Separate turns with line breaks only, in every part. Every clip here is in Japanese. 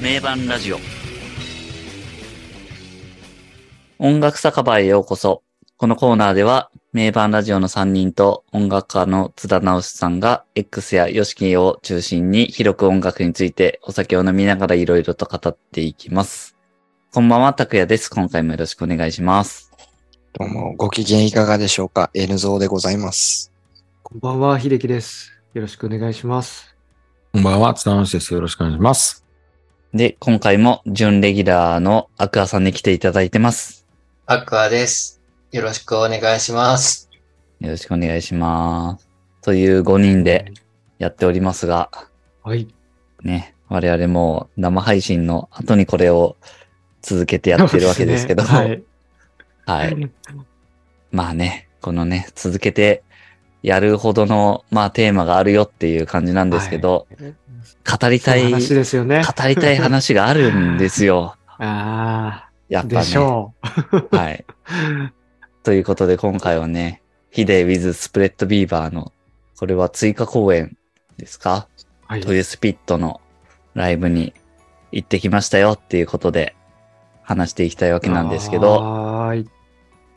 名盤ラジオ。音楽酒場へようこそ。このコーナーでは、名盤ラジオの3人と音楽家の津田直さんが X や YOSHIKI を中心に広く音楽についてお酒を飲みながらいろいろと語っていきます。こんばんは、拓也です。今回もよろしくお願いします。
どうも、ご機嫌いかがでしょうか ?N ゾーでございます。
こんばんは、秀樹です。よろしくお願いします。
こんばんは、津田のしです。よろしくお願いします。
で、今回も準レギュラーのアクアさんに来ていただいてます。
アクアです。よろしくお願いします。
よろしくお願いします。という5人でやっておりますが、
はい。
ね、我々もう生配信の後にこれを続けてやってるわけですけど、
そう
はい、
ね
はい。まあね、このね、続けてやるほどの、まあテーマがあるよっていう感じなんですけど、語りた
はい。
い、語
話ですよね。
りたい話があるんです よ。
あ
や
あ、
っぱ
で
ね
し。ょ
はい。ということで今回はね、ヒデ with スプレッドビーバーの、これは追加公演ですか
う。はい。
というスピットのライブに行ってきましたよっていうことで話していきたいわけなんですけど、
はーい。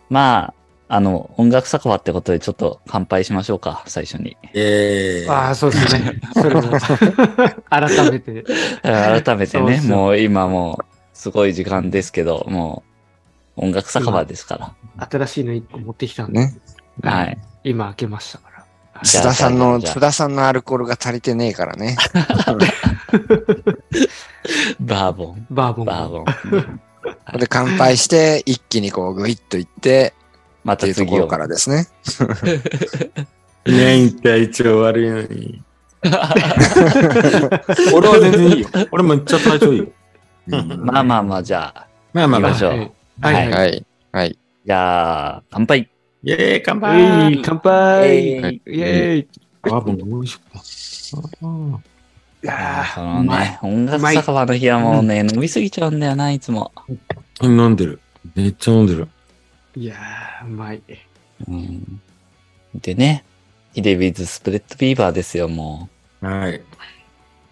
まあ、あの、音楽酒場ってことでちょっと乾杯しましょうか、最初に。
ええ
ああ、そうですね。それも、改 めて。
改めて
そう
ね、
そう
もう今もうすごい時間ですけど、もう音楽酒場ですか
新しいの1個持ってきたんで、
ね。
ら。はい。
今開けましたから。
じゃ
津
あ
田さんの、
じゃあ
津田さんのアルコールが足りてねえからね。
バーボン。
バーボン。
バーボン。
ここで乾杯して、一気にこう、ぐいっといって、
ま
って
た
いうとこ
次
ろ
を
か。らですね。
年体調悪いの に。俺は全然いいよ。俺めっちゃ体調いいよ。
まあまあまあ、じゃあ、
まあまあま
行きま
あ
し。ょう。
はい。はい。は
はいい。はい。
じゃあ、乾杯。
イェーイ、乾
えい
杯
乾杯イ
えい
ェーイ
バーボン飲みしようかうん
いや
そ
ー
の
うまい
ね、音楽酒場の日はもうね、飲みすぎちゃうんだよな、いつも。
飲んでる。めっちゃ飲んでる。
いやー、うまい。
うんでね、ヒデビーズスプレッドビーバーですよ、も
はい。
う。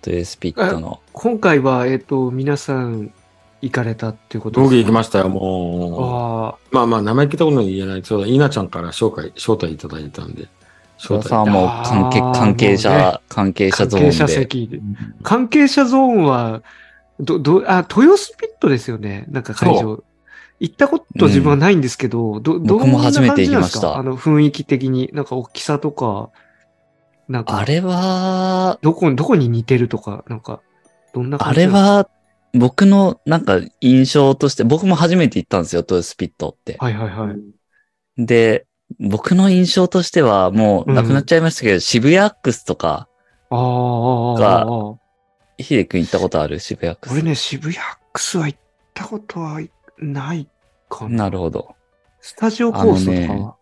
というスピットの。
今回は、えっと、皆さん、行かれたっていうこと
僕行きま
し
したよ、も
ああ。
う。まあまあ、名前聞いたこと言えない。そうだ、稲ちゃんから紹介、招待いただいたんで。
翔
招待。
さんはもう関係
あー
関係者、
もうね
関係者
関
ゾーン
係
で。
者席で。関係者ゾーンは、ど、ど、あ、豊スピットですよね。なんか会
そ
場。行ったこと自分はないんですけど、ど、ど
僕も初めて行きま
どんな感じなんで
した
すかあの、雰囲気的に、なんか大きさとか、なんか、
あれは、
どこ、どこに似てるとか、なんか、どんな
あ
感じ
れ
なんですか
は、僕のなんか印象として、僕も初めて行ったんですよ、トヨスピットって。
はいはいはい。
で、僕の印象としては、もうなくなっちゃいましたけど、渋谷アックスとか、
あーあー、あーあー。
ヒデ君行ったことある渋谷アックス。
俺ね、渋谷アックスは行ったことはないかな。
なるほど。
スタジオコースと
あ
か
のね
は、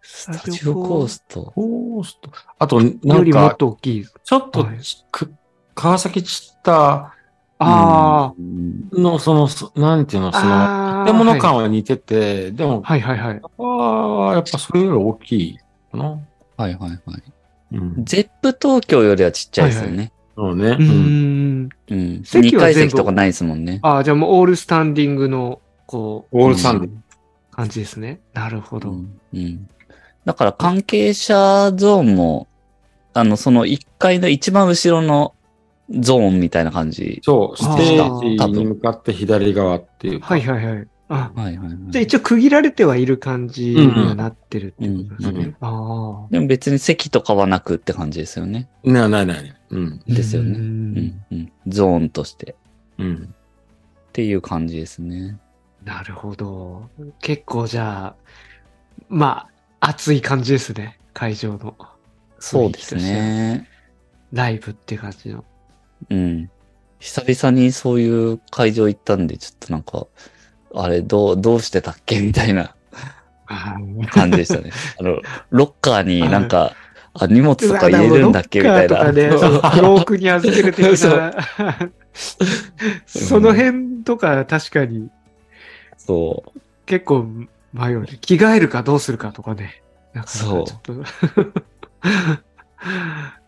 スタジオコースと。
コースト。あと、な
よ
ん
りもっ
か、
と大きい。
ちょっとち、く川崎散った、
あ
う
ー
ん
の、その、そなんていうの、その、
あー、
建物
はい
感は似てて、でも、
はいはいはい。
ここはやっぱそれより大きいかな。
はいはいはい。
うん。
ゼップ東京よりはちっちゃいですよね。
そうね。
うーん。
うん。2
席は全部
階席とかないですもんね。
ああ、じゃあもうオールスタンディングの、こう、
オールサンデ
感じですね。なるほ
う
ど。
ん。うんだから関係者ゾーンも、あの、その1階の一番後ろのゾーンみたいな感じ。
そう、
あ
ス
ー
テージに向かって左側っていうか。
はいはいはい。あ、
はいはい、はい。
じゃあ
で
一応区切られてはいる感じにはなってるってことですね。
うんうん
ああ。
も別に席とかはなくって感じですよね。
ないないない。うん。
ですよねう
ね。
ん。うん。ゾーンとして。
うん。
っていう感じですね。
なるほど。結構じゃあ、まあ、熱い感じですね。会場の。
そうですね。
ライブって感じの。
うん。久々にそういう会場行ったんで、ちょっとなんか、あれ、どう、どうしてたっけみたいな
あ
感じで したね。あの、ロッカーになんか、あ、荷物とか入れるんだっけみたいな。
でもロッカーとかね、そのロークに預ける 的
そ
な。 その辺とか確かに
そ
結構迷うね。着替えるかどうするかとかね。なんか
そう
ちょっと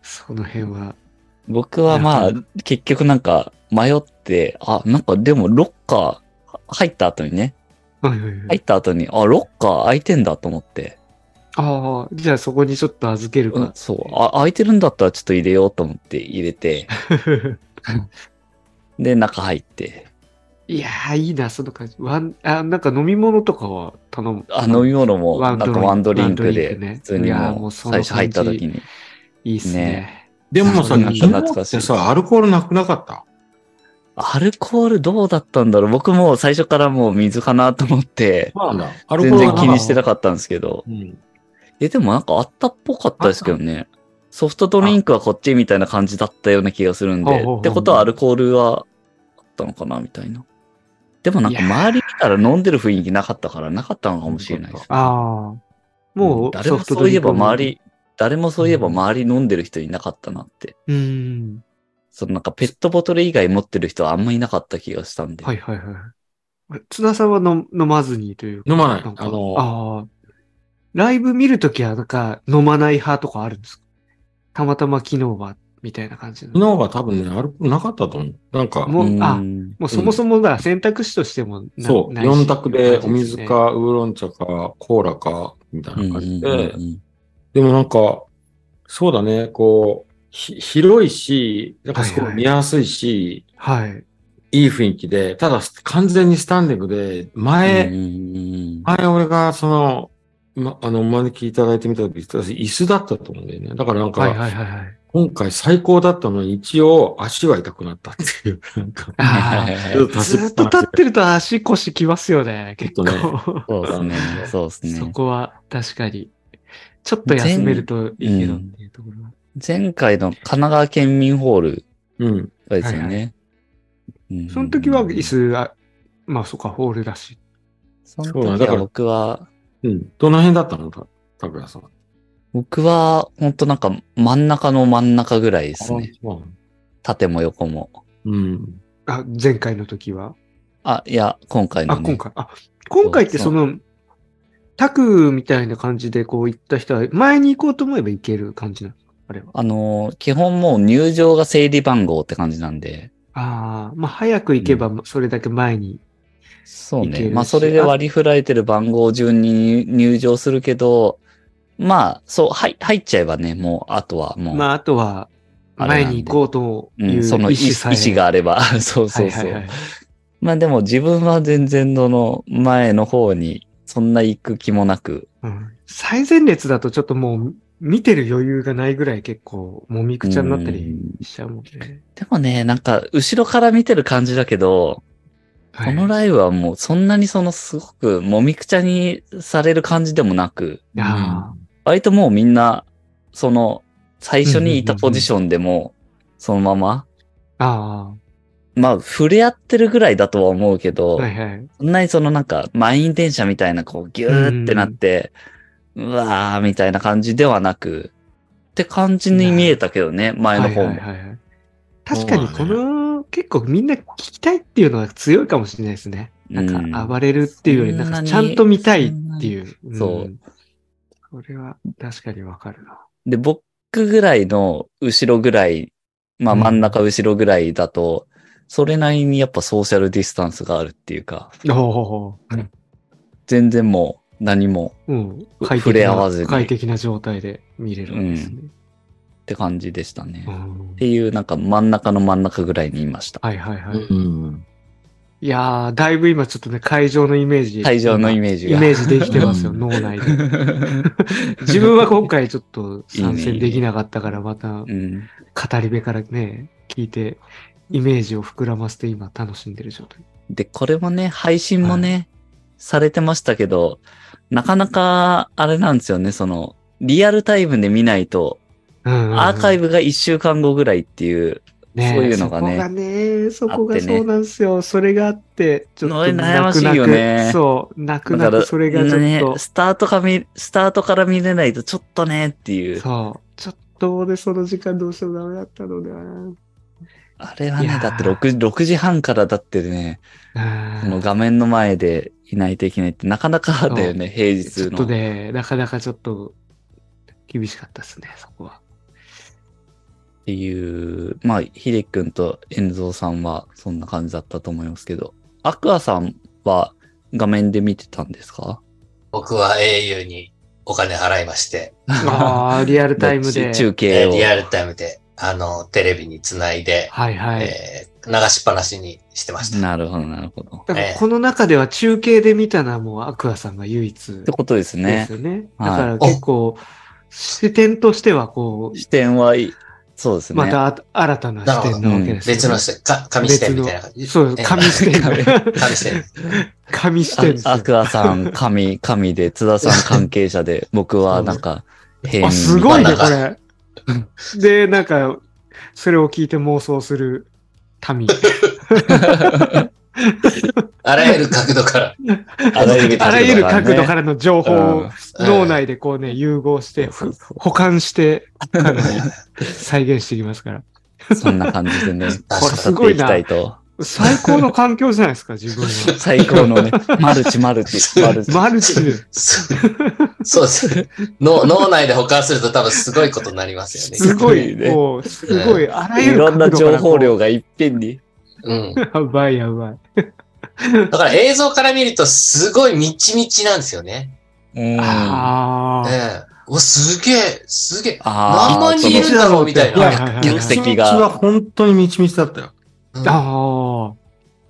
その辺は。
う。僕はまあ
な、
結局なんか、迷って、あ、なんかでもロッカー入った後にね、
はいはいは
入
い。
った後に、あ、ロッカー開いてんだと思って、
ああ、じゃあそこにちょっと預ける
うん
か。
そう、あ、開いてるんだったらちょっと入れようと思って入れて、で、中入って、
いやー、いいな、その感じ。ワン、あ、なんか飲み物とかは頼む。
あ、飲み物も、
ワ
な
ン
んか
ドリンク
ワンドリンク
ワンドリ
で
ンクね、
普通に
いやー
も
も
う
うそ
最
の感じ
初入った時に、
いいっすね
ね。
でもさ、
そうなんか
日本
懐か
っ
しい
てさ、アルコールなくなかった
アルコールどうだったんだろう僕も最初からもう水かなと思って、
そうなんだ。アルコ
全
ー
然
ルはなか
気
った
にしてなかったんですけど、
うん。
え、でもなんかあったっぽかったですけどね。ソフトドリンクはこっちみたいな感じだったような気がするん
ほう
で
ほうほうほう、
ってことはアルコールはあったのかなみたいな。でもなんか
いやー
周り見たら飲んでる雰囲気なかったからなかったのかもしれないです。
ああ。
う
も
ん
う、
誰もそういえば周り、誰もそういえば
うん
周り飲んでる人いなかったなって。
り。うん。
そのなんかペットボトル以外持ってる人はあんまいなかった気がしたんで。
はいはいはい。津田さんは飲飲まずにというか。
飲まない
んか
あの
ああ。ライブ見るときは、なんか、飲まない派とかあるんですかたまたま昨日は、みたいな感じ
昨
の。
日は多分ね、アルコールなかったと思う。なんか、
もう
うん
あもうそもそもだ、選択肢としてもな
そう、
ないし
4択でお水。
感
か、ウーロン茶か、コーラか、みたいな感じ
うんうん
で
う、ん
でもなんか、そうだね、こう、ひ広いし、なんかすご
はいは
い
い
見やすい
じ
し、
ですねはい。
いい雰囲気で、ただ完全にスタンディングで、前、
うん
前俺がその、ま、あの、お招きいただいてみた時、私椅子だったと思うんだよね。だからなんか、
はいはいはいはい。
今回最高だったのに一応足は痛くなったっていう、 なんか、
ああ
はい
ずっと立ちっぱなしで
ずっと立ってると足腰きますよね、結構。
ちょ
そうですね。そうですね。
そこは確かに。ちょっと休めるといいけどっていうところは。
前回の神奈川県民ホール
うん。
がですよ
はい
ね。うん
その時は椅。子が、まあそっか、ホールだし。
その
そうだね
時
だか
は
ら
僕は、
うん。どの辺だったのた、たくやさん。
僕は本当なんか真ん中の真ん中ぐらいですね。
あそう
縦も横も。
うん。
あ、前回の時は。
あ、いや、今回の、
あ、
ね。
今回。あ、今回ってその、タクみたいな感じでこう行った人は、前に行こうと思えば行ける感じなのあれは。
あのー、基本もう入場が整理番号って感じなんで。
ああ、まあ早く行けばそれだけ前に。
そう
いける
ね。
し
まあ、それで割り振られてる番号順に入場するけど、まあ、そう、はい、入っちゃえばね、もう、あとはもう、
まああとは、
あれなんで
前に行こうと
う、
いうん
その
意
意
思
思
さえ。
意思があれば。 そうそうそう。
はいはいはい
まあでも自分は全然どの前の方にそんな行く気もなく、
うん最前列だとちょっともう見てる余裕がないぐらい結構もみくちゃになったりしちゃうもんね。
でもね、なんか後ろから見てる感じだけど、
はい
このライブはもうそんなにそのすごくもみくちゃにされる感じでもなく、
あ
割ともうみんな、その最初にいたポジションでもそのまま、
あ、あ
まあ触れ合ってるぐらいだとは思うけ
あ、
ど、
はいはい。
そんなにそのなんか満員電車みたいなこうギューってなって、うわーみたいな感じではなく、って感じに見えたけどね、前の方も。
はいはいはいはい確かにこの、結構みんな聞きたいっていうのは強いかもしれないですね。なんか
うん
暴れるっていうより、なん
そんな
か
に
ちゃんと見たいっていう。
んなに
んこれは確かにわかるな。
で、僕ぐらいの後ろぐらい、まあ
うん
真ん中後ろぐらいだと、それなりにやっぱソーシャルディスタンスがあるっていうか、
おお。
全然もう何も
うん。
触れ合わずに
快適な状態で見れるんですね。
って感じでしたね。
う
っ
ん
ていうなんか真ん中の真ん中ぐらいにいました。
はいはいはい。
うん。
いやー、だいぶ今ちょっとね、会場のイメージ。
会場のイメージが。
イメージでき てますよ、
うん
脳内で。 自分は今回ちょっと参
いいねいい
戦
ね
できなかったから、また語
うん
り部からね、聞いて、イメージを膨らませて今楽しんでる状態。
で、これもね、配信もね、されてましたけど、なかなか、あれなんですよね、その、リアルタイムで見ないと、アーカイ
ブ、
ブが1週間後ぐらいっていう、
ね
そういうのがね
そこがね、そこが
あってね
そうなんですよ。それがあって、ちょっと
のえ悩まし
泣く
い
泣
よ
く、
ね
そう、泣
だ
く泣
から
くそれがちょっと、
ね、スタートか見、スタートから見れないとちょっとねっていう、
そう、ちょっと俺その時間どうしてもダメだったのではな。
あれはい
や
ね、
ー
だって6時、6時半からだってね、
あ
こ
ー
の画面の前でいないといけないって、なかなかだよね、平
ち
日
ょっと
の。
ね、なかなかちょっと厳しかったですね、そこは。
っていう、まあ、ヒデ君と遠蔵さんはそんな感じだったと思いますけど、アクアさんは画面で見てたんですか
僕は au にお金払いまして、
ああ、 リアルタイ ムで。
ち中
え
継
ー
を。
リアルタイムで、あの、テレビにつないで、
はいはい。
えー流しっぱなしにしてました。
なるほど、なるほど。っ
だからこの中では中継で見たのはもうアクアさんが唯一
てことです
で
ね
す。よね。
はい
だから結構、視点としてはこう、
視点はい、そうですね。
またあ新たな視点なわけですよね。
別の視点、か、紙視点みたいな感じ。
そうです。紙視点。
紙視点。
紙視
あ
点ですよ
アクアさん、神、神で、津田さん関係者 で、僕はなんか、変
あ、すごいね、
な
こ
ん
れ。で、なんか、それを聞いて妄想する 民。
あらゆる角度から。
あらゆる角度
あ
からら、
ゆ
ね。
る角度からの情報
う
を
ん
脳内でこうね、融合し
そ
て、
う
ふ
そうそう
保管して、あの再現していきますから。
そんな感じでね、
あこれ
語
す
っ
ご
て
い
いき
な
たいと。
最高の環境じゃないですか、自 分は。
最高の ね、マルチマルチ、マルチ。
マルチで。
そう そうですね。脳脳内で保管すると多分すごいことになりますよね。
す
す
ご
ごい
い、
ね
もう、すごい、あら
い
ゆる
ろんな
角度から
情
こう
報。量がいっぺんに。
うん。
やばいやばい。
だから映像から見るとすごいみちみちなんですよね。
うん。
ああ。
ええ。お、すげえ、すげえ。
あ
何
ー
万人いるんだろうみたい
はい
な。
はいはい。
玉石が
道は本当にみちみちだったよ。
うん
あ
あの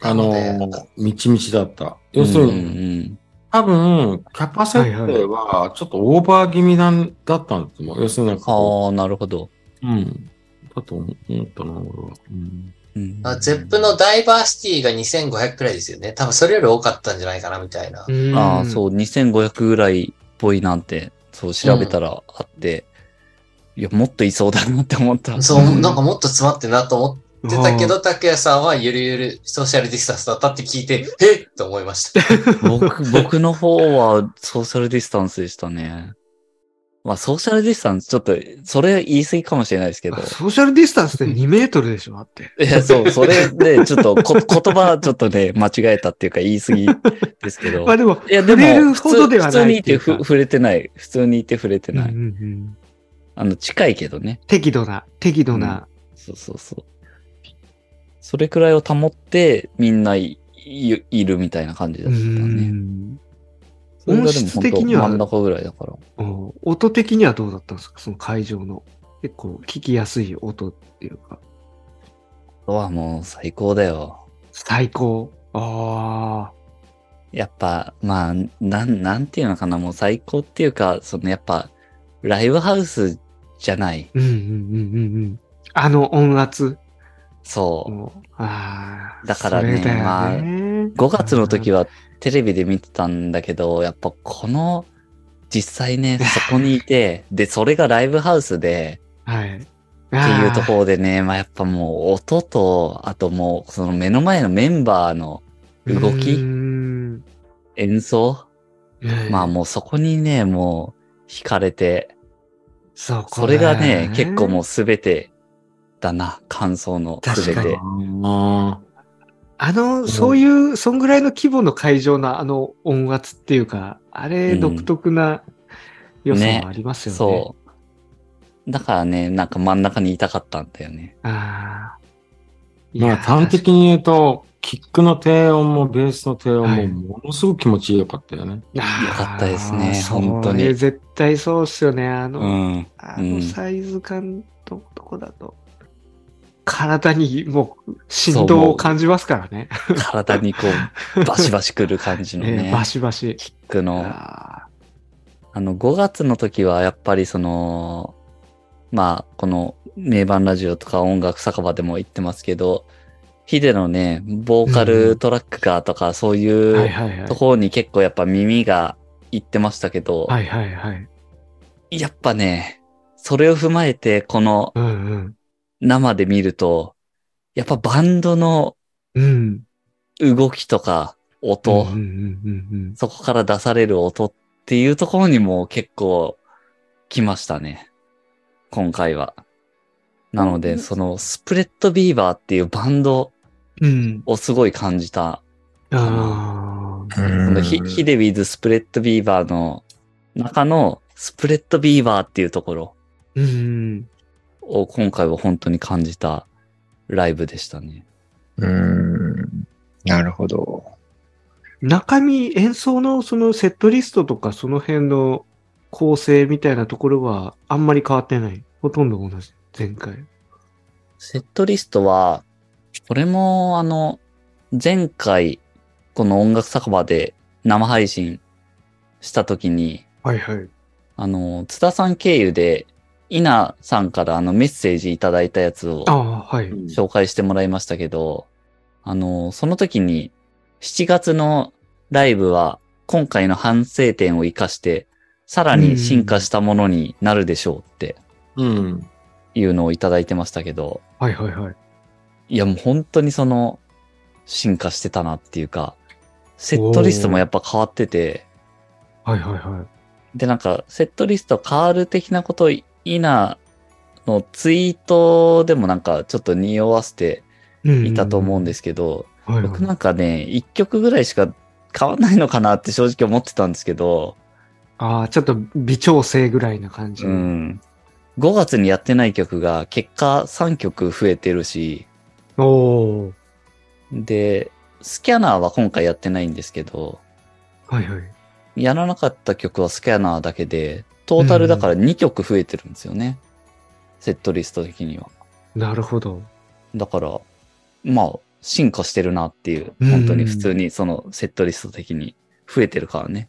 なの
ー、みちみちだった。要する
う
に、
ん
多分、キャパ設定はちょっとオーバー気味なんだったんですもん。要するになんかこ
ああ、なるほど。
う、うん。だと思ったな、俺は。うん
うん
あゼップのダイバーシティが2500くらいですよね。多分それより多かったんじゃないかなみたいな。
あ。
ああ、
う
そう、2500ぐらいっぽいなんて、そう調べたらあって、いや、もっといそうだなって思った。
そう、なんかもっと詰まってんなと思
ん。
ってたけど、拓也さんはゆるゆるソーシャルディスタンスだったって聞いて、えっと思いました。
僕、僕の方はソーシャルディスタンスでしたね。まあ、ソーシャルディスタンス、ちょっと、それ言い過ぎかもしれないですけど
あ。ソーシャルディスタンスで2メートルでしょ、だって。
いや、そう、それで、ちょっとこ、 言葉、ちょっとね、間違えたっていうか、言い過ぎです けど。
まあでも、
いや、で
触れ
も、
る
普
ほど
通
では
普通
な
に
い
い
ってい
て
うか
ふ触れてない。普通にいて触れてない。
うんうんうん
あの、近いけどね。
適度な、適度な。
そうそうそう。それくらいを保って、みんない、いいるみたいな感じだ
う
ったね。
ん
それがでも本
音質的に
当
は
真ん中ぐらいだから。
お音的にはどうだったんですかその会場の。結構聞きやすい音っていうか。
はもう最高だよ。
最高。あ
やっぱ、まあ、なん、なんていうのかな、もう最高っていうか、そのやっぱ、ライブハウスじゃない。
あ。うんうんうんうんうん。あの音圧。
そう。
もうああ。
だからね
それだよ
まあ5月の時
は。
はテレビで見てたんだけど、やっぱこの、実際ね、そこにい て、で、それがライブハウスで、
はい。っ
っていうと
ろ。
ころでね、まあやっぱもう音と、あともう、その目の前のメンバーの動き
うーん
演奏、まあ
うん
もうそこにね、もう、惹かれて、
そこ
それがね、
だよ
結構もうすべてだな、感想の
確
すべ
かに
て。
あ
あの、そういう、そんぐらいの規模の会場のあの音圧っていうか、あ
う
れ
ん
独特な良さ
ね
もありますよね。
そう。だからね、なんか真ん中にいたかったんだよね。
ああ。
ーまあ、端的に言うと、キックの低音もベースの低音
はい
もものすごく気持ちよかったよね。
良
良かったですね本当に
絶対そうっすよね。あの、
うん。
あのサイズ感のとこだと、体にもう振動を感じますからね。
体にこう、バシバシくる感じの
え
ね
え、バシバシ。
キックの。
あ
あの、5月の時はやっぱりその、まあ、この名盤ラジオとか音楽酒場でも言ってますけど、ヒデのね、ボーカルトラックかとか、そう
あはいいうはいはい
と。ころに結構やっぱ耳が行ってましたけど、
はいはいはい。
やっぱね、それを踏まえて、この
うんうん。
生で見ると、やっぱバンドの
うん。
動きとか
うん
音、
うんうんうん
そこから出される音っていうところにも結構来ましたね。今回は。なので、そのスプレッドビーバーっていうバンド
うん。うん。
をすごい感じた。
ああ。
そのヒヒデウィズスプレッドビーバーの中のスプレッドビーバーっていうところ
うん。
を今回は本当に感じたライブでしたね。
うーん。なるほど。
中身、演奏のそのセットリストとかその辺の構成みたいなところはあんまり変わってない。ほとんど同じ。前回。
セットリストは、これもあの、前回、この音楽酒場で生配信した時に、
はいはい。
あの、津田さん経由で、稲さんからあのメッセージいただいたやつを
ああ、はい。
紹介してもらいましたけど、あの、その時に7月のライブは今回の反省点を活かして、さらに進化したものになるでしょうって
うん。
いうのをいただいてましたけど、
はいはいはい。
いやもう本当にその進化してたなっていうか、セットリストもやっぱ変わってて、
はいはいはい。
で、なんか、セットリスト変わる的なことを、イナのツイートでもなんか、ちょっと匂わせていたと思うんですけど、
うん。はい
僕なんかね、1曲ぐらいしか変わんないのかなって正直思ってたんですけど、
ああ、ちょっと微調整ぐらいな感じ。
うん。5月にやってない曲が、結果3曲増えてるし、
おお。
で、スキャナーは今回やってないんですけど、
はいはい。
やらなかった曲はスキャナーだけで、トータルだから2曲増えてるんですよね。セットリスト的には。
なるほど。
だから、まあ、進化してるなっていう、
うん
本当に普通にそのセットリスト的に増えてるからね、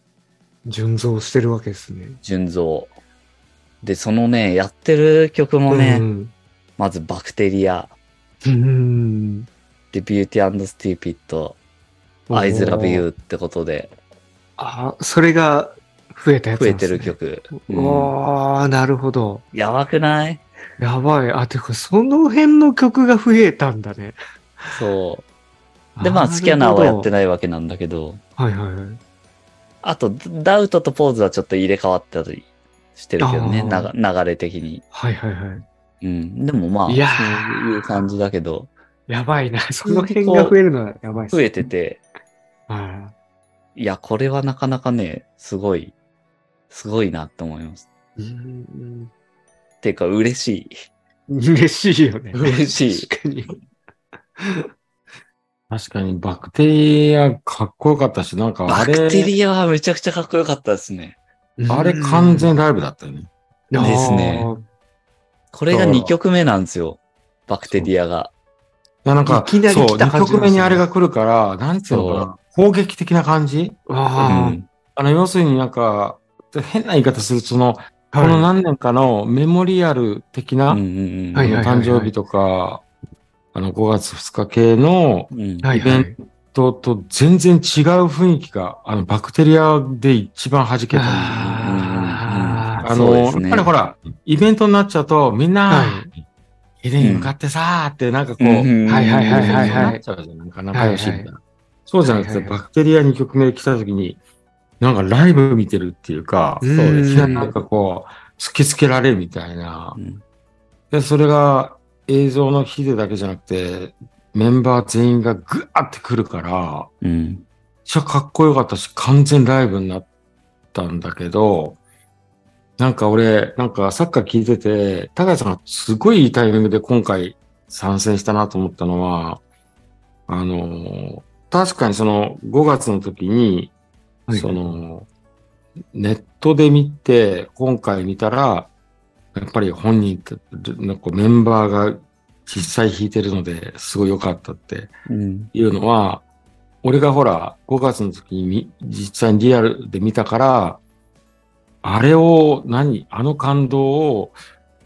順増してるわけですね。
順増。で、そのね、やってる曲もね、
うん
まずバクテリア、
うん。
で、ビューティースティーピット、アイズラビ
ー。
ューってことで
ああ、それが増えたやつ
増
な
え
んで
て
すね、
る曲。
うわあ、なるほど。
やばくない
やばい。あ、てか、その辺の曲が増えたんだね。
そう。で、まあ、スキャナーはやって
な
ないわけなんだけど、
るほど。はいはいはい。
あと、ダウトとポーズはちょっと入れ替わったりしてるけどね、
あ
な
ー
が流れ的に。
はいはいはい。
うん。でもまあ、
いやー
そういう感じだけど、
やばいな。その辺が増えるのはやばいっす
増えてて、
はい
や、これはなかなかね、すごい、すごいなって思います。
い。うん
ていうか、嬉しい。
嬉しいよね。
嬉しい
確かに。
確かに、バクテリアかっこよかったし、なんかあ
バ
れ、
クテリアはめちゃくちゃかっこよかったですね。
あれ完全ライブだったよね。
ですね
あー。
これが
そう
2曲目なんですよ。バクテリアが。
いや、なんか、
いきなり
そう、
来た感
2
じ
曲目にあれが来るから、なんていうのか
そ
な、攻撃的な感じ
う
あ
ん
あの、要するになんか、変な言い方すると、その、
あ、
この
はい
何年かのメモリアル的な、
うんうんうん。
は
あ
い
の
はい
誕生日とか、あの、5月2日系の、
うん
はい
イベンと、と全然違う雰囲気が、あの、バクテリアで一番弾けたんだよね
あー
あ
そう
の、
で
やっ
すね
ぱりほら、イベントになっちゃうと、みん
は
な、
い
家に向かってさーって、なんかこ
う
う、
んうんうん
はいはいはいはい
なっちゃうじゃん。なんか仲良しみたい
はい
な。そうじゃなく
はい
て、
はいはい
バクテリア2曲目来た時に、なんかライブ見てるっていうか、
うん
そうですねなんかこう、突きつけられるみたいな
う。ん
で、それが映像のヒデだけじゃなくて、メンバー全員がグワーって来るから、
うん。
めっちゃかっこよかったし、完全ライブになったんだけど、なんか俺、なんかサッカー聞いてて、高橋さんがすごいいいタイミングで今回参戦したなと思ったのは、あの、確かにその5月の時に、
はい
その、ネットで見て、今回見たら、やっぱり本人と、なんかメンバーが実際弾いてるのですごい良かったって
うん。
いうのは、俺がほら、5月の時にみ実際にリアルで見たから、あれを何、あの感動を、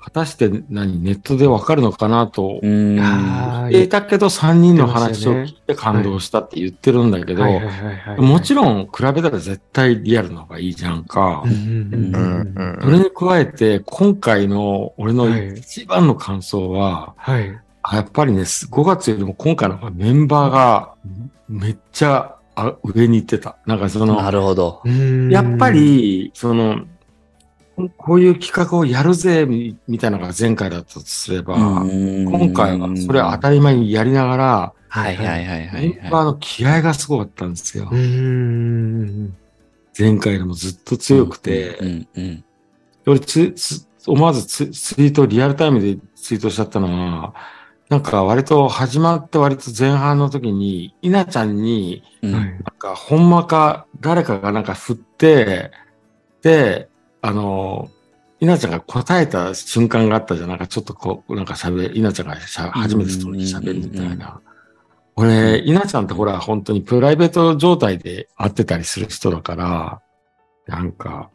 果たして何、ネットでわかるのかなと
う、ん。
あー
言っていたけど、3人の話を
言ってま
聞
し
いて感動したって言ってるんだけど、
はいはいはいはい
もちろん比べたら絶対リアルの方がいいじゃんか。
うんう
う
んうんんうん。
それに加えて、今回の俺の
はい
一番の感想は、
はい。
あやっぱりね、す5月よりも今回の方がメンバーがめっちゃあ上に行ってた。なんかそ
な
の、
るほど。
やっぱ、り、その、ここういう企画をやるぜ、みみたいなのが前回だったとすれば、今
今
回はそれ当たり前にやりながら、
はいはいはいは
メ
い
ンバー
は
の気合がすごかったんですよ。
うん。
前回よりもずっと強く
い。う
て、
んうん。
俺つつ思わずツツイート、リアルタイムでツイートしちゃったのは、なんか割と始まって割と前半の時に、稲ちゃんに、
うん
はい
なんか、ほんまか、誰かがなんか振って、で、あの、稲ちゃんが答えた瞬間があったじゃん。なんかちょっとこう、なんか喋る、稲ちゃんがしゃ初めてそのに喋るみたいな。俺、稲ちゃんってほら、本当にプライベート状態で会ってたりする人だから、なんか、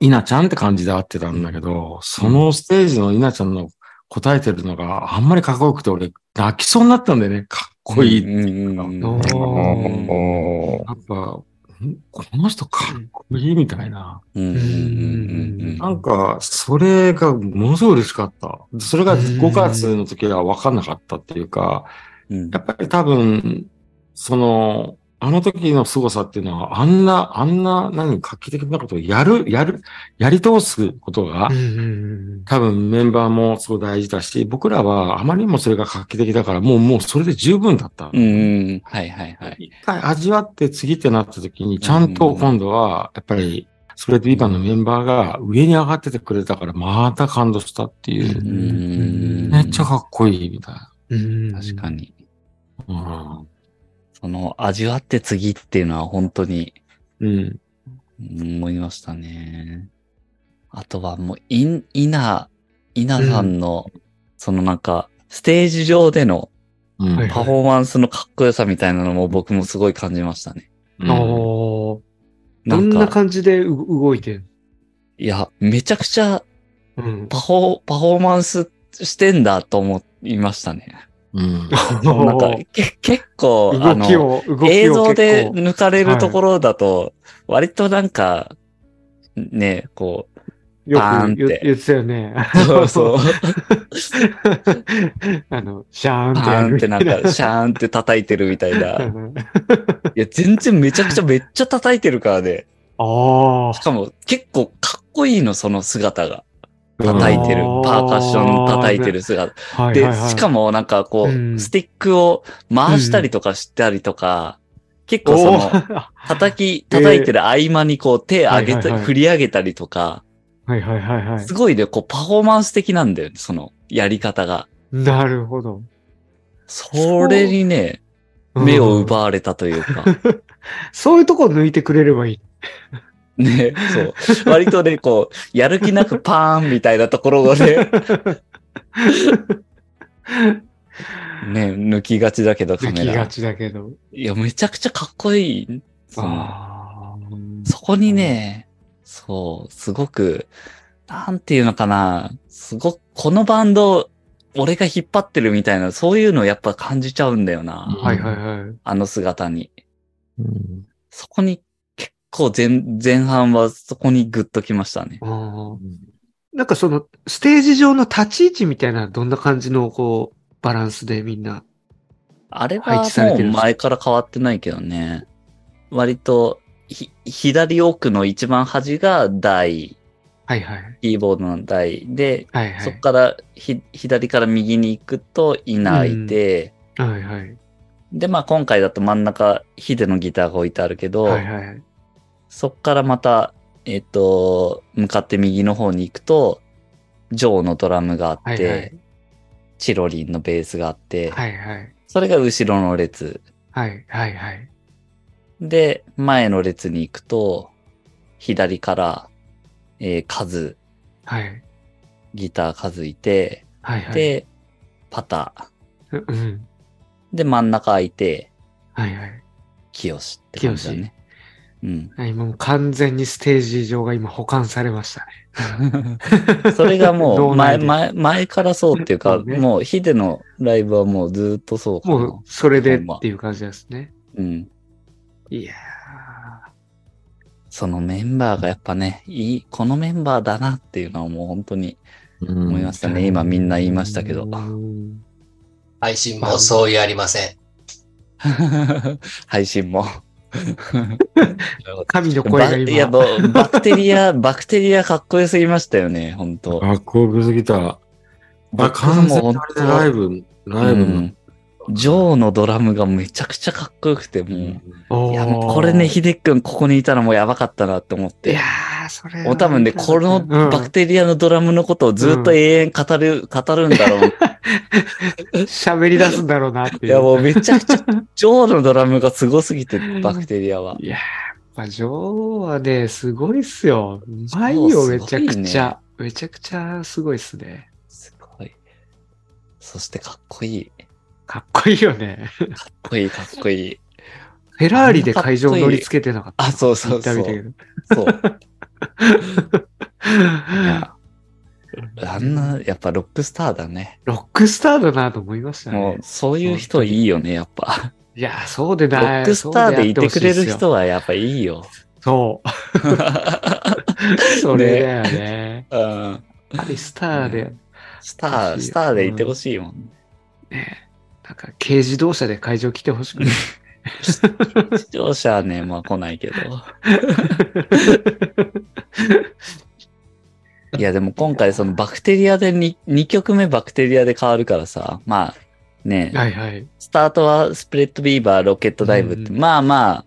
稲ちゃんって感じで会ってたんだけど、そのステージの稲ちゃんの答えてるのがあんまりかっこよくて、俺、泣きそうになったんだよね。かっこいいっていうか。
うん
うん
やっぱ、んこの人かっこいいみたいな。
うんうんうん
なんか、それがものすごい嬉しかった。それが5月の時は分かんなかったっていうか、
うん
やっぱり多分、その、あの時の凄さっていうのは、あんな、あんな、何、画期的なことをやる、やる、やり通すことが、多分メンバーもすごい大事だし、僕らはあまりにもそれが画期的だから、もう、もうそれで十分だった。
うんうん。はいはいはい。
一回味わって次ってなった時に、ちゃんと今度は、やっぱり、それで今のメンバーが上に上がっててくれたから、また感動したっていう。
う。
うん
めっちゃかっこいいみたいな。
確か
に。
に。
うん
その、味わって次っていうのは本当に
うん。
うん思いましたね。あとはもう、イン、イナ、イナさんの、そのなんか、ステージ上での
うん。
はい
パフォーマンスのかっこよさみたいなのも僕もすごい感じましたね。
うん
ああ、ど
なんん
な
か、
感じでう動いてる
いや、めちゃくちゃ
うん。
パフォー、パフォーマンスしてんだと思いましたね。
うん。
なんか、け結構、あ
動
の
き、を、動きを。
映像で
結構
抜かれるところだと、割となんか、ね、こ う、
よ
バーンっ
く
て
言言ってたよね。
そう そう、
あの、シャーンっ
パ
てや
ーン
る
ってなん か、シャーンって叩いてるみたいな。いや、全然めちゃくちゃめっちゃ叩いてるからね。
あ
しかも、結構かっこいいの、その姿が。叩いてる
あー。
パーカッション叩いてる姿。
あ。はい
で、
はいはい
しかもなんかこう、
うん
スティックを回したりとかしたりとか、結構そ
お
の、
ー
叩き、叩いてる合間にこう手上げ
はいはい
た、
はい
振り上げたりとか、
はいはいはいはい
す。ごいね、こうパフォーマンス的なんだよね、そのやり方が。
なるほど。
それにね、
うん
目を奪われたというか、
そういうとこ抜いてくれればいい。
ね、そう。割とね、こう、やる気なくパーンみたいなところを ね、ね、抜きがちだけどカ
抜
メ
きが
ラ。
ちだけど。
いや、めちゃくちゃかっこいい。その
あ
そこにね、そう、すごく、なんていうのかな、すごく、このバンド、俺が引っ張ってるみたいな、そういうのをやっぱ感じちゃうんだよな
あ。
うん
はいはいはい。
あの姿に。
うん
そこに、結構前、前半はそこにグッときましたね。
あーなんかその、ステージ上の立ち位置みたいな、どんな感じの、こう、バランスでみんな。
あれ
配
は
置され
も
て
う
る
前から変わってないけどね。割と、ひ、左奥の一番端が台、
はいはい。
キーボードの台で、
はいは
そこ
い。
からひ、左から右に行くと、いないで、
はいはい。
で、まあ今回だと真ん中、ヒデのギターが置いてあるけど、
はいはい。
そっからまた、えっ、と、向かって右の方に行くと、ジョーのドラムがあ
は
っ
い
て、
はい。
チロリンのベースがあって、
はいはい。
それが後ろの列。
はいはいはい。
で、前の列に行くと、左から、えーカズ、
はい。
ギターカズいて、
はいはい。
で、パター。
ううん。
で、真ん中空いて、
はいはい。
キヨシって感じだね。うん。
あ今もう完全にステージ上が今保管されましたね。
それが もう
脳内
前、
で
前、前からそうっていうか、
そうね
もうヒデのライブはもうずっとそうかな。
もう、それでっていう感じですね。
うん。
いや
そのメンバーがやっぱね、いい、このメンバーだなっていうのはもう本当に
うん
思いましたね。今みんな言いましたけ
う
ど。
ん
配信もそういうありません。
配信も。
神の声
バ
が
いや、
今。
もうバクテリア、 バクテリアかっこよすぎましたよね、本当
かっこよすぎた。あ、
僕
完全
も本
にあれ
当
でライブ、ライブの。
うんジョーのドラムがめちゃくちゃかっこよくて、もう。
うん
いや、
おー
もうこれね、、ひでくんここにいたらもうやばかったなって思っ
い
て
や。ー、それ
もう多分ね、このバク
ク
テリアのドラムのことをずっと永遠語る、語るんだろう。
喋り出すんだろうなっ てい。
いうや、もうめちゃくちゃ、ジョーのドラムがすごすぎて、バクテリアは。
いやー、やっぱ女王はね、すごいっすよ。うまいよ、
そう
め
す
ち
ご
ゃ
いね
くちゃ。めちゃくちゃすごいっすね。
すごい。そしてかっこいい。か
かっこいいよね。
っこいい、かっこいい。
フェラーリで会場乗りつけてなかった。
あ、そうそうそ
見た見たけ
う。
ど。
そう。いやあんな、やっぱロックスターだね。
ロックスターだなと思いました
も
ね
う、。そういう人いいよね、やっぱ。
いやー、そうで
ロ
ない。
ックスターでいてくれる
そう
人はやっぱいいよ。
であってほしいっすよ。そう。それだよね。
うん
やっぱりスターで、
スター、スターでいてほしいもん。
ね、なんか軽自動車で会場来てほしくない。
視聴者はね、まあ来ないけ ど。いや、でも今回そのバクテリアで 2, 2曲目バクテリアで変わるからさ、まあね、
は いはい。
スタートはスプレッドビーバー、ロケットダイブって、
う
まあまあ、
は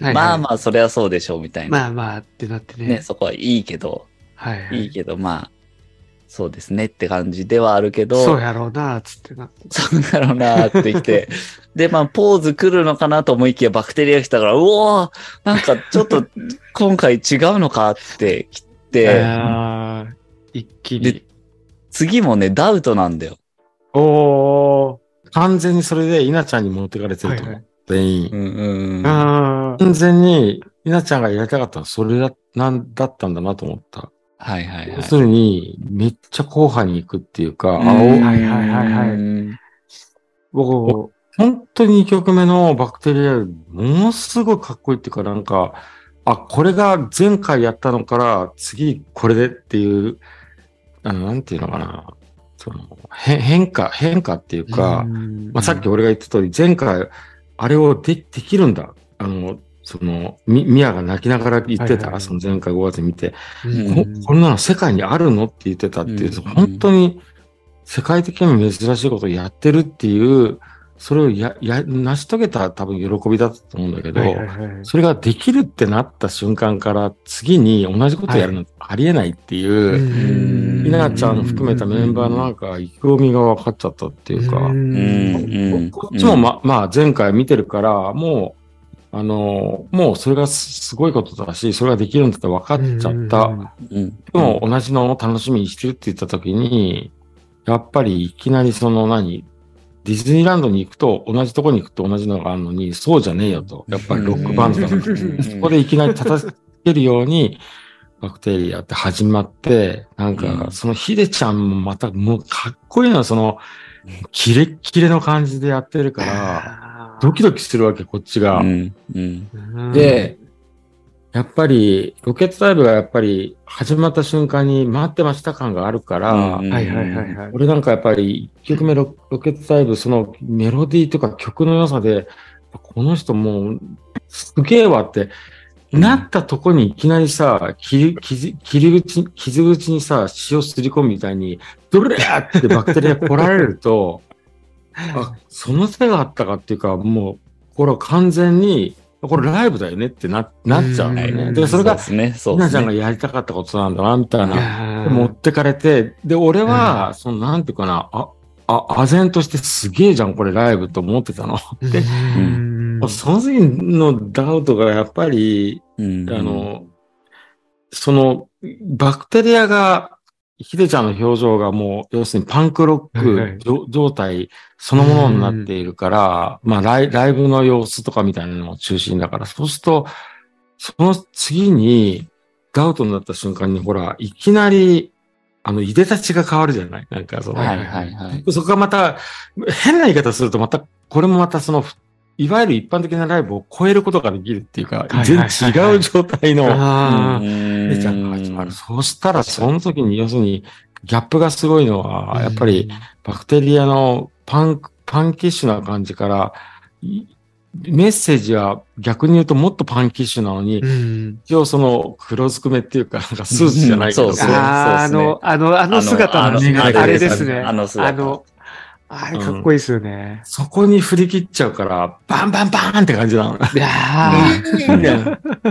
いはい
まあまあそれはそうでしょうみたいな。
まあまあってなってね。
ね、そこはいいけど、
はいはい。
いいけど、まあ、そうですねって感じではあるけど、
そうやろうな、つってなって。
そうだろうなーってきて。で、まあ、ポーズ来るのかなと思いきや、バクテリア来たから、うおーなんかちょっと、今回違うのかって来て、
あー一気
で
に。
次もね、ダウトなんだよ。
お
完全にそれで稲ちゃんに持ってかれ
ー。
て
は
る
い
と思う。
はい。
全員。
んうんうん。
あー
完全に稲ちゃんがやりたかったのはそれだなんだったんだなと思った。
はいはいはい
要。するに、めっちゃ後半に行くっていうか、あ
うん
お
はいはいはいはい
うん
僕、
本当に2曲目のバクテリア、ものすごいかっこいいっていうか、なんか、あ、これが前回やったのから、次これでっていう、あの、なんていうのかな、その、へ変化、変化っていうか、まあ、さっき俺が言った通り、前回、あれをでできるんだ。あの、その、み、ミヤが泣きながら言って
はいはいは
た、
い
その前回5月見て、
うん
ここんなの世界にあるのって言ってたっていう、
うん
本当に世界的にも珍しいことをやってるっていう、それをや、や、成し遂げた多分喜びだったと思うんだけど、
はいはいはい
それができるってなった瞬間から次に同じことやるのありえないっていう、
うん
ひなちゃん含めたメンバーのなんか意気込みが分かっちゃったっていうか、
うんうん。
こっちもま、まあ前回見てるから、もう、あの、もうそれがすすごいことだし、それができるんだって分かっちゃった。
うん、
でも同じのを楽しみにしてるって言った時に、やっぱりいきなりその何、ディズニーランドに行くと同じとこに行くと同じのがあるのに、そうじゃねえよと。やっぱりロックバンドだから。
うん
そこでいきなり叩けるように、バクテリアって始まって、なん
うん
か、そのヒデちゃんもまた、もうかっこいいのはその、キレッキレの感じでやってるから、
あ
ドキドキするわけ、こっちが。
うんうん
ー、
で、やっぱり、ロケットダイブがやっぱり始まった瞬間に待ってました感があるから、
うん
はいはいはいはい。
俺なんかやっぱり1曲目ロロケットダイブ、そのメロディーとか曲の良さで、この人もうすげえわって、なったとこにいきなりさ、切り傷切り口、傷口にさ、塩すり込むみたいに、ドレーってバクテリア来られると、あ、その手があったかっていうか、もう、これは完全に、これライブだよねってな、なっちゃうんだよ
う
ね。
ん
で、それ
う
が
で、すね、そ
ひ
うで
なち
す
ゃんが
ね。
やりたかったことなんだな、みたいな。
あー
で持ってかれて、で、俺は、その、なんていうかな、あ、あ、唖然としてすげえじゃん、これライブと思ってたの。で、
うん
その時のダウトがやっぱり、
うん
あの、その、バクテリアが、ヒデちゃんの表情がもう、要するにパンクロッ
はいは
ク
い
じょ状態そのものになっているから、まあライ、ライブの様子とかみたいなのも中心だから、そうすると、その次に、ダウトになった瞬間に、ほら、いきなり、あの、いでたちが変わるじゃないなんか、その、
はいはいはい。
そこがまた、変な言い方するとまた、これもまたその、いわゆる一般的なライブを超えることができるっていうか、
はい
全然違う状態の、
あー
姉
姉ちゃんが始まる。そうしたら、その時に、要するに、ギャップがすごいのは、やっぱり、、バクテリアのパンク、パンキッシュな感じから、いメッセージは逆に言うともっとパンキッシュなのに
う、ん
一応その黒ずくめっていうか、なんかスーツじゃないけ
う
ど
ん、そうそう
あーあの、あの、あの姿のね、
あの
あれですね。
あ
あ
の
の
姿、
あれかっこいいですよね。
そこに振り切っちゃうから、バンバンバーンって感じなの。
いやー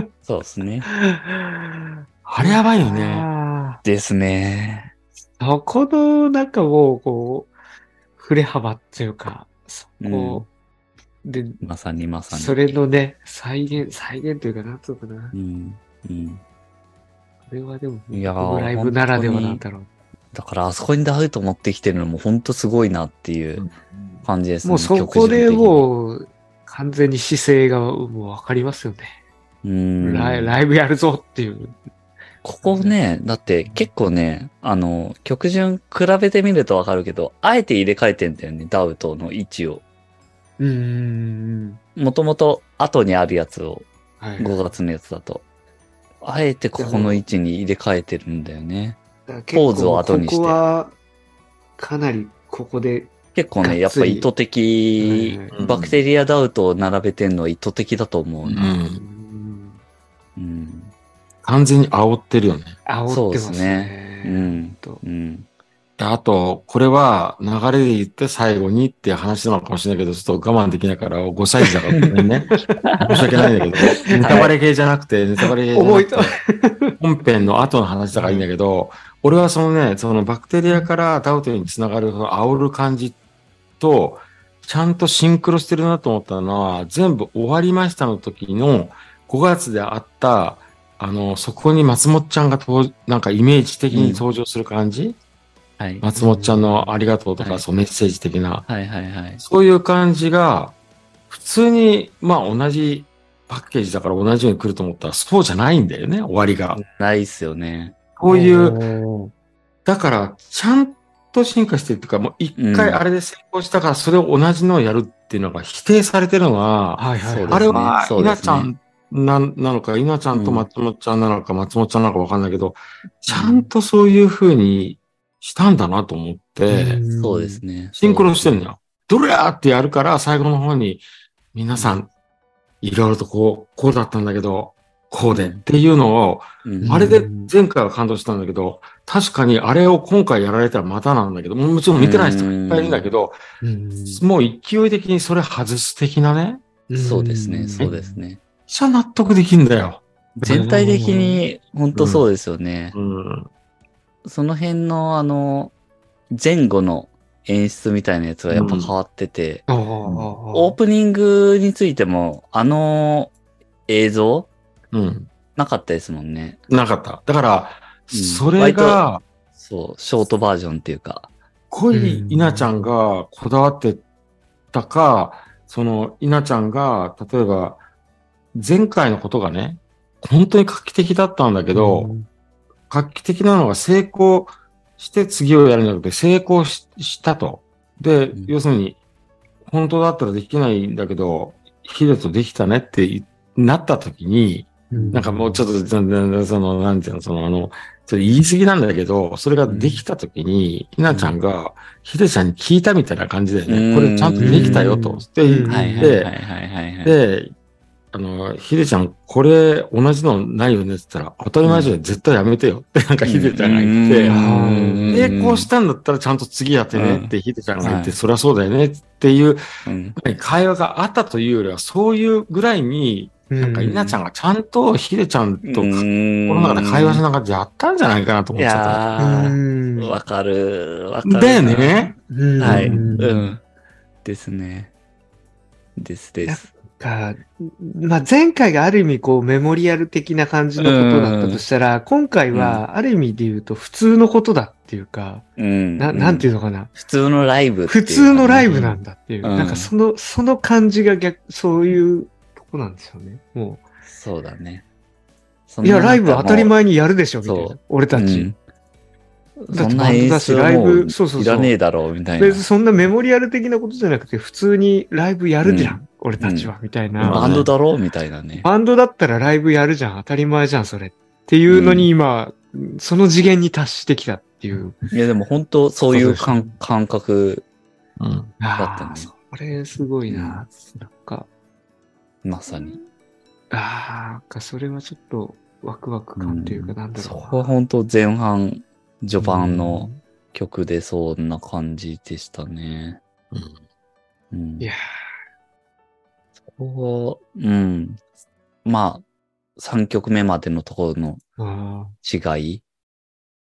うんそうですね。
ああれやばいよね。
あ
ですね。
あ。そこの、なんかもう、こう、振れ幅っていうか、そこ、で、
まさにまさに。
それのね、再現、再現というか、なんつうのかな
う。ん。うん。
これはでも、
いやー
僕ライブならではなんだろう。
だから、あそこにダウト持ってきてるのも本当すごいなっていう感じですね。
もうそこで
う、
もう、完全に姿勢がもうわかりますよね。
うん。
ライライブやるぞっていう。
ここね、だって結構ね、あの、曲順比べてみるとわかるけど、あえて入れ替えてんだよね、ダウトの位置を。
うーん。
もともと後にあるやつを、
はい。
5月のやつだと。あえてここの位置に入れ替えてるんだよね。
ポ
ーズを後にして
ここは、かなりここで、
結構ね、
が
や
っ
っぱ
つり
意図的
はい、
はい
バクテリアダウトを並べてんのは意図的だと思う
う。
な。
うんん、
うん。
完全に煽ってるよね。
煽ってます
そうです
ね。
うん
と
うん。
であと、これは流れで言って最後にっていう話なのかもしれないけど、ちょっと我慢できないから、5歳児だからごめ んね。申し訳ないんだけど、ネタバレ系じゃなくて、ネタバレ系じゃな
思い
く
と
て、本編の後の話だからいいんだけど、俺はそのね、そのバクテリアからダウトにつながる、その煽る感じと、ちゃんとシンクロしてるなと思ったのは、全部終わりましたの時の5月であった、あの、そこに松本ちゃんが登なんかイメージ的に登場する感じ、
はい。
松本ちゃんのありがとうとか、
はい
そうメッセージ的な、
はいはいはい。
そういう感じが、普通に、まあ同じパッケージだから同じように来ると思ったら、そうじゃないんだよね、終わりが。
ないっすよね。
こういう、
う。
だから、ちゃんと進化してるっていうか、もう一回
うん
あれで成功したから、それを同じのをやるっていうのが否定されてるのは、
はいはい、
そうです
あ
ね
れは、
そうで
稲
すね
ちゃんなんなのか、稲ちゃんと
うん
松本ちゃんなのか、松本ちゃんなのかわかんないけど、ちゃんとそういう風にしたんだなと思って、
ん
そうです。ね。
シンクロしてるのよ。ドリャーってやるから、最後の方に、皆さん、いろいろとこう、こうだったんだけど、こうでっていうのを、
うん。
あれで前回は感動したんだけど、確かにあれを今回やられたらまたなんだけど、ももちろん見てない人がいっぱいいるんだけど、
うん
もう勢い的にそれ外す的なね、
そうですね、そう
で
ですね。
めっちゃ納得できんだよ。
全体的に、本当そうですよね。
うん。
その辺の、あの、前後の演出みたいなやつがやっぱ変わってて、
す。
オー
オ
プニングについても、あの映像
うん。
なかったですもんね。
なかった。だから、
うん
それが、
そう、ショートバージョンっていうか。
濃い稲ちゃんがこだわってたか、その稲ちゃんが、例えば、前回のことがね、本当に画期的だったんだけど、画期的なのが成功して次をやるんじゃなくて、成功ししたと。で、
ん
要するに、本当だったらできないんだけど、ヒデとできたねっていなった時に、なんかもうちょっと、全然、その、なんていうの、その、あの、ちょっと言い過ぎなんだけど、それができたときに、ひなちゃんが、ひでちゃんに聞いたみたいな感じだよ
うん
ね。これちゃんとできたよ
うん
と。で、
うん
はいはいはい
で、
はいはいはい。
で、あの、ひでちゃん、これ同じのないよねって言ったら、当たり前じゃん、絶対やめてよって、なんかひでちゃんが言って、
うん
成功したんだったらちゃんと次やってねってひでちゃんが言っ
は
て、
い
そりゃそうだよねっていう、
うん
会話があったというよりは、そういうぐらいに、
な
なんか、稲ちゃんがちゃんと、ヒデちゃんと
う
心
ん
の中で会話しながらやったんじゃないかなと
い
思っちゃっ
やー
ん
わかる、わか
た。
る。
だよ。ね。
うん
はい。
うん
うん。ですね。ですです。
か、まあ、前回がある意味こうメモリアル的な感じのことだったとしたら、今回はある意味で言うと普通のことだっていうか、
うん。
ななんて
い
いううのかな、
普通のライブっていう
普
かね
通のライブなんだっていう、
うん
なんかその、その感じが逆、そういうとこなんですよね。も
そうだね。
う、いや、ライブ当たり前にやるでしょ、み
そ
た
う
いな。俺たち。
うんそ
だって
ん
バ
な
ンド
演
だし
出は
ライ
もう
ブそうそうそう
いらねえだろうみたいな
別に。そんなメモリアル的なことじゃなくて、普通にライブやるじゃん、俺たちは、みたいな。
バンドだろうみたいなね。
バンドだったらライブやるじゃん、当たり前じゃん、それ。っていうのに今、その次元に達してきたっていう。
いやでも本当そういう
そうです
感感覚、
うん
だったね
ああ、それすごいな。なんか、
まさに。
ああ、なんかそれはちょっとワクワク感というか、なんだろ
そう
な。
こは本当前半、序盤の曲でそんな感じでしたね。うん
うん。いや
ここ、うん。まあ、 3曲目までのところの
あ
違い。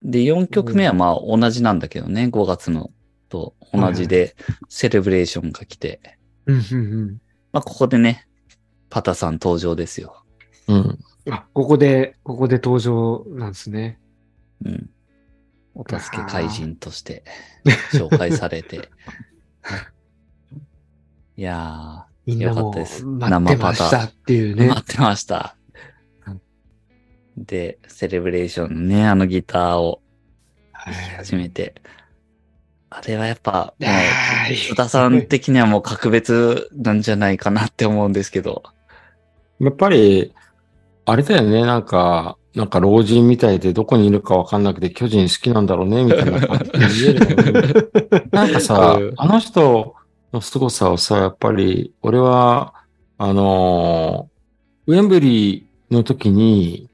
で、4曲目はまあ同じなんだけどね、5月のと同じで、セレブレーションが来て、
ーうんうん
まあここでね、パタさん登場ですよ。
うん。
うん。あ、ここで、ここで登場なんですね。
うん。お助け怪人として紹介されて。 いや
みんな
よか
も
ったです
待ってましたっていう
ー、
ね。
待ってました。で、セレブレーションのね、あのギターを
は
弾き
い
始めて。あれはやっぱ、も、
はいう
田さん的にはもう格別なんじゃないかなって思うんですけど。
やっぱり、あれだよね、なんか、なんか老人みたいでどこにいるかわかんなくて巨人好きなんだろうね、みたいな感じで言えるよね なんかさ
うん、
あの人の凄さをさ、やっぱり、俺は、あのーウェンブリーの時に、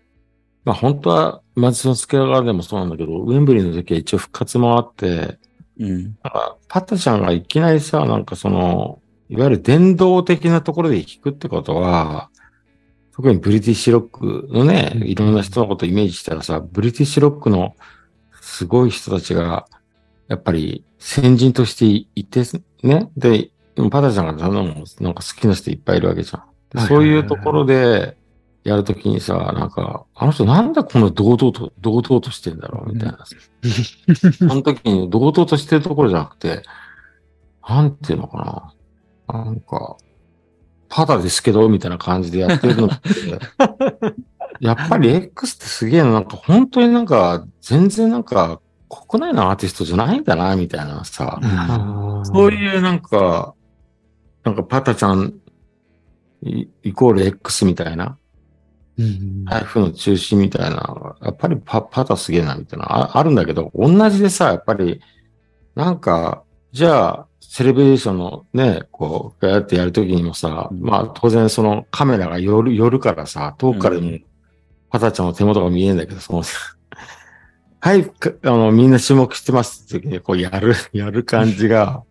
まあ本当は、松之助側でもそうなんだけど、ウェンブリーの時は一応復活もあって、
うん。
なんかパタちゃんがいきなりさ、なんかその、いわゆる伝統的なところで弾くってことは、特にブリティッシュロックのね、
うん
いろんな人のことをイメージしたらさ、ブリティッシュロックのすごい人たちが、やっぱり先人としていて、ね。で、でもパタちゃんがそんなもんなんか好きな人いっぱいいるわけじゃん。
はい
で
はい
そう
はい
い
はいう
ところでやるときにさ、なんか、あの人なんでこんな堂々と、堂々としてんだろうみた いなさ。その時に堂々としてるところじゃなくて、なんていうのかな。なんか、ただですけど、みたいな感じでやってるの って、やっぱり X ってすげえな、なんか本当になんか、全然なんか、国内のアーティストじゃないんだな、みたいなさ。
あー
そういうなんか、なんかパタちゃんイイコール X みたいな、
うんうん
台風の中心みたいな、やっぱりパパタすげえなみたいなあ、あるんだけど、同じでさ、やっぱり、なんか、じゃあ、セレブレーションのね、こう、やってやるときにもさ、
うん
まあ当然そのカメラが寄る、寄るからさ、遠くからで
う
も、パタちゃんの手元が見えんだけど、その、 はい、かあの、みんな注目してますって時に、こう、やる、 やる感じが、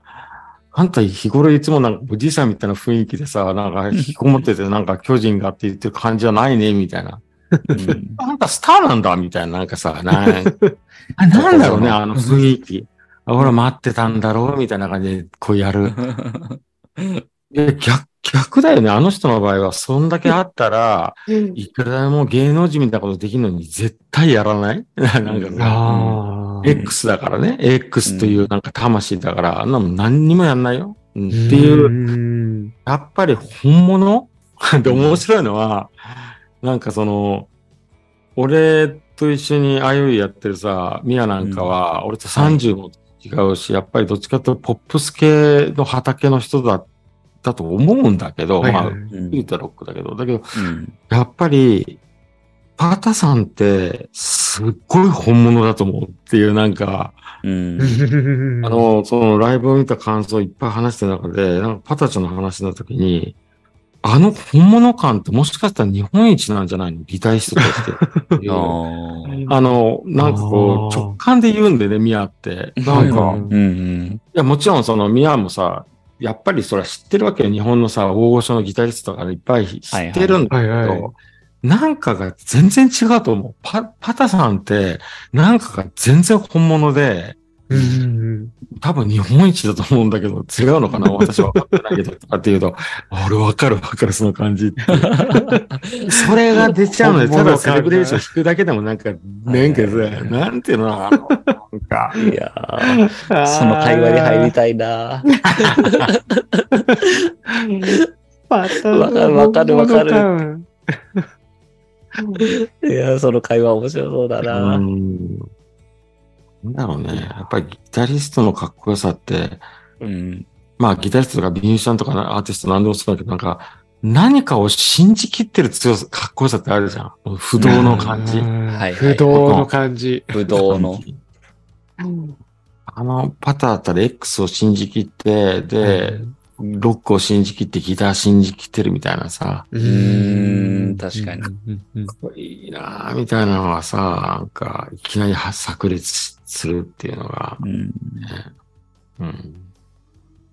あんた日頃いつもなんかおじいさんみたいな雰囲気でさ、なんか引きこもってて、なんか巨人がって言ってる感じじゃないね、みたいな。
うん
あんたスターなんだ、みたいな、なんか さ、なんあなんだろうね、あの雰囲気。あ俺待ってたんだろう、みたいな感じで、こうやる。で逆、逆だよね。あの人の場合は、そんだけあったら、いくらでも芸能人みたいなことできるのに、絶対やらない なんかさ
あー
X だからね。X というなんか魂だから、あんなもん何にもやんないよ。うんって
うん
いう、
うん
やっぱり本物 で、面白いのは、なんかその、俺と一緒に IOE やってるさ、ミアなんかは、俺と30も違うし、やっぱりどっちかというとポップス系の畑の人だ、だと思うんだけど、
はいはい
まあ、
うん
言うたらロックだけど、だけど、
うん
やっぱり、パタさんって、すっごい本物だと思うっていう、なんか、
うん。
あの、そのライブを見た感想をいっぱい話してる中で、なんかパタちゃんの話の時に、あの本物感ってもしかしたら日本一なんじゃないのギタリストとして
あー
あの、なんかこう、
あー
直感で言うんでね、ミアって。なん
はい
か
は、
うんうん。
いや、もちろんそのミアもさ、やっぱりそれは知ってるわけよ。日本のさ、大御所のギタリストがいっぱい知ってるんだけど、
はいはい。
なんかが全然違うと思う。パ、パタさんって、なんかが全然本物で、
うんうん
多分日本一だと思うんだけど、違うの かな私は分かってないけど、とかっていうと、あ俺分かる分かる、その感じっていう。それが出ちゃうので、
本
た
物
だ
感が
セレブレーション弾くだけでもなんか、なんか
はいはいは
さ、なんていうのかな、あのなんか、
いやーその会話に入りたいな。
わ
わかるわかるわか
る。
いやーその会話面白そうだ
う
な。
ん。なんだろうね。やっぱりギタリストのかっこよさって、
うん。
まあギタリストとかミュージシャンとかアーティストなんでもそうだけど、なんか、何かを信じきってる強さ、かっこよさってあるじゃん。もう不動の感じ。
はい
不動の感じ。
ぶどうの。
あのパターだったら X を信じきって、で、ロックを信じきって、ギター信じきってるみたいなさ、
う
うーん、確かに。
に。
かっこいいなぁみたいなのがさ、なんか、いきなりは炸裂するっていうのが、
うん。
うん。